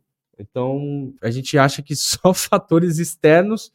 Speaker 1: Então, a gente acha que só fatores externos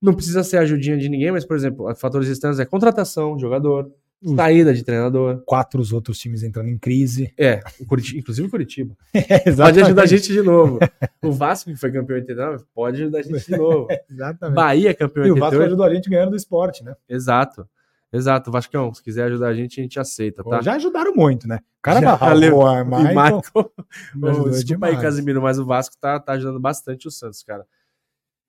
Speaker 1: não precisa ser ajudinha de ninguém, mas, por exemplo, fatores externos é contratação, jogador,
Speaker 2: Os-
Speaker 1: saída de treinador.
Speaker 2: Quatro os outros times entrando em crise.
Speaker 1: É, o Curiti- inclusive o Curitiba. Pode
Speaker 2: Exatamente.
Speaker 1: ajudar a gente de novo. O Vasco, que foi campeão em 89, pode ajudar a gente de novo.
Speaker 2: Exatamente.
Speaker 1: Bahia, campeão em
Speaker 2: E o Vasco
Speaker 1: 88.
Speaker 2: ajudou a gente ganhando do esporte,
Speaker 1: Tá.
Speaker 2: né?
Speaker 1: Exato. Exato, Vascão, se quiser ajudar a gente, a gente aceita, tá?
Speaker 2: Já é um ajudaram muito, né? O cara
Speaker 1: Já
Speaker 2: barrou
Speaker 1: levou-
Speaker 2: o Armaio.
Speaker 1: e Michael Ô,
Speaker 2: ajudou
Speaker 1: desculpa aí,
Speaker 2: é demais.
Speaker 1: Casimiro, mas o Vasco tá, tá ajudando bastante o Santos, cara.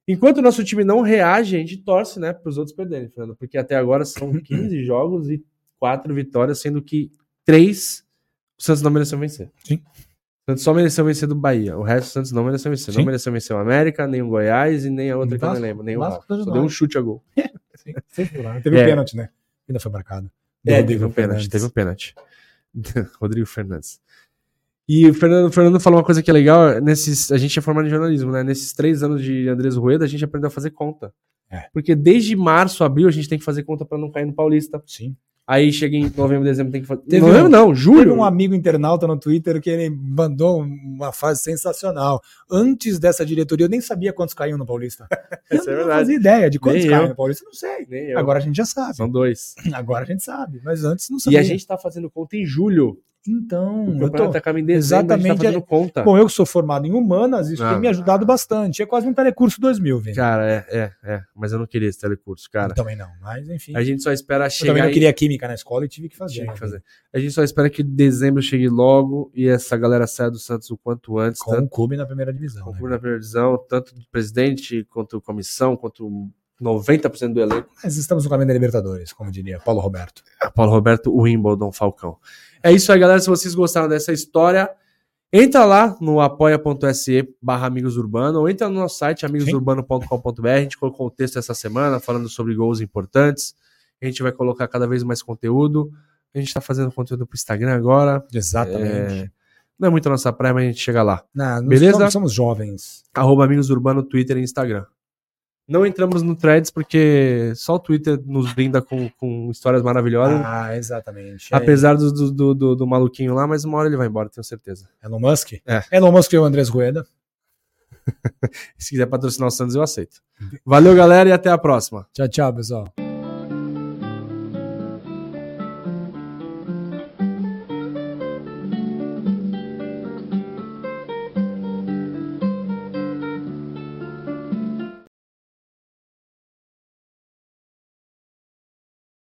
Speaker 1: Enquanto o nosso time não reage, a gente torce, né, pros outros perderem, Fernando, porque até agora são 15 jogos e 4 vitórias, sendo que 3 o Santos não mereceu vencer.
Speaker 2: Sim.
Speaker 1: O Santos só mereceu vencer do Bahia, o resto o Santos não mereceu vencer. Não
Speaker 2: Sim.
Speaker 1: mereceu vencer o América, nem o Goiás e nem a outra
Speaker 2: O
Speaker 1: que eu não
Speaker 2: Vasco-
Speaker 1: lembro, nem
Speaker 2: o
Speaker 1: o
Speaker 2: Vasco tá
Speaker 1: Vasco. Só
Speaker 2: ajudou.
Speaker 1: deu um chute a gol.
Speaker 2: Sim, sem problema. Teve
Speaker 1: É.
Speaker 2: o pênalti, né? Ainda foi marcado. Do
Speaker 1: É,
Speaker 2: Rodrigo
Speaker 1: teve um pênalti,
Speaker 2: Fernandes.
Speaker 1: teve um pênalti. Rodrigo Fernandes. E o Fernando, o Fernando falou uma coisa que é legal, nesses, a gente é formado em jornalismo, né? Nesses três anos de Andrés Rueda, a gente aprendeu a fazer conta.
Speaker 2: É.
Speaker 1: Porque desde março, abril, a gente tem que fazer conta pra não cair no Paulista.
Speaker 2: Sim.
Speaker 1: Aí chega em novembro, dezembro, tem que fazer...
Speaker 2: Teve
Speaker 1: novembro
Speaker 2: um-
Speaker 1: não,
Speaker 2: Teve
Speaker 1: julho.
Speaker 2: um amigo internauta no Twitter que ele mandou uma frase sensacional. Antes dessa diretoria, eu nem sabia quantos caíam no Paulista.
Speaker 1: Essa é
Speaker 2: eu não
Speaker 1: verdade.
Speaker 2: fazia ideia de quantos
Speaker 1: Nem
Speaker 2: caíam
Speaker 1: eu.
Speaker 2: no Paulista, eu não sei.
Speaker 1: Nem eu.
Speaker 2: Agora a gente já sabe.
Speaker 1: São dois.
Speaker 2: Agora a gente sabe. Mas antes não
Speaker 1: E
Speaker 2: sabia.
Speaker 1: a gente tá fazendo conta em julho.
Speaker 2: Então,
Speaker 1: O
Speaker 2: eu
Speaker 1: campeonato
Speaker 2: tô...
Speaker 1: acaba em dezembro, a gente tá
Speaker 2: Exatamente,
Speaker 1: fazendo conta.
Speaker 2: Bom, eu que sou formado em humanas, isso
Speaker 1: Ah.
Speaker 2: tem me ajudado bastante. É quase um telecurso 2000, velho.
Speaker 1: Cara, é, é, é. Mas eu não queria esse telecurso, cara.
Speaker 2: Também não, mas enfim.
Speaker 1: A gente só espera
Speaker 2: Então, eu também
Speaker 1: chegar
Speaker 2: não
Speaker 1: em-
Speaker 2: queria química na escola e tive que fazer.
Speaker 1: Tinha que
Speaker 2: né,
Speaker 1: fazer. A gente só espera que dezembro chegue logo e essa galera saia do Santos o quanto antes,
Speaker 2: Com
Speaker 1: tanto
Speaker 2: o clube na primeira divisão. né?
Speaker 1: concurso na previsão, tanto do presidente quanto comissão, quanto 90% do elenco.
Speaker 2: Mas estamos no caminho da Libertadores, como diria Paulo Roberto.
Speaker 1: Paulo Roberto Wimbledon Falcão. É isso aí, galera. Se vocês gostaram dessa história, entra lá no apoia.se barra Amigos Urbano ou entra no nosso site amigosurbano.com.br. A gente colocou um texto essa semana falando sobre gols importantes. A gente vai colocar cada vez mais conteúdo. A gente tá fazendo conteúdo pro Instagram agora.
Speaker 2: Exatamente.
Speaker 1: Não é muito a nossa praia, mas a gente chega lá.
Speaker 2: Na- nós
Speaker 1: Beleza?
Speaker 2: Somos, somos jovens.
Speaker 1: Arroba Amigos Urbano, Twitter e Instagram. Não entramos no Threads porque só o Twitter nos brinda com, com histórias maravilhosas.
Speaker 2: Ah, exatamente. É,
Speaker 1: apesar do, do, do- do- do maluquinho lá, mas uma hora ele vai embora, tenho certeza.
Speaker 2: Elon Musk?
Speaker 1: É.
Speaker 2: Elon Musk e o Andrés Rueda. Uhum.
Speaker 1: Se quiser patrocinar o Santos, eu aceito. Valeu, galera, e até a próxima.
Speaker 2: Tchau, tchau, pessoal.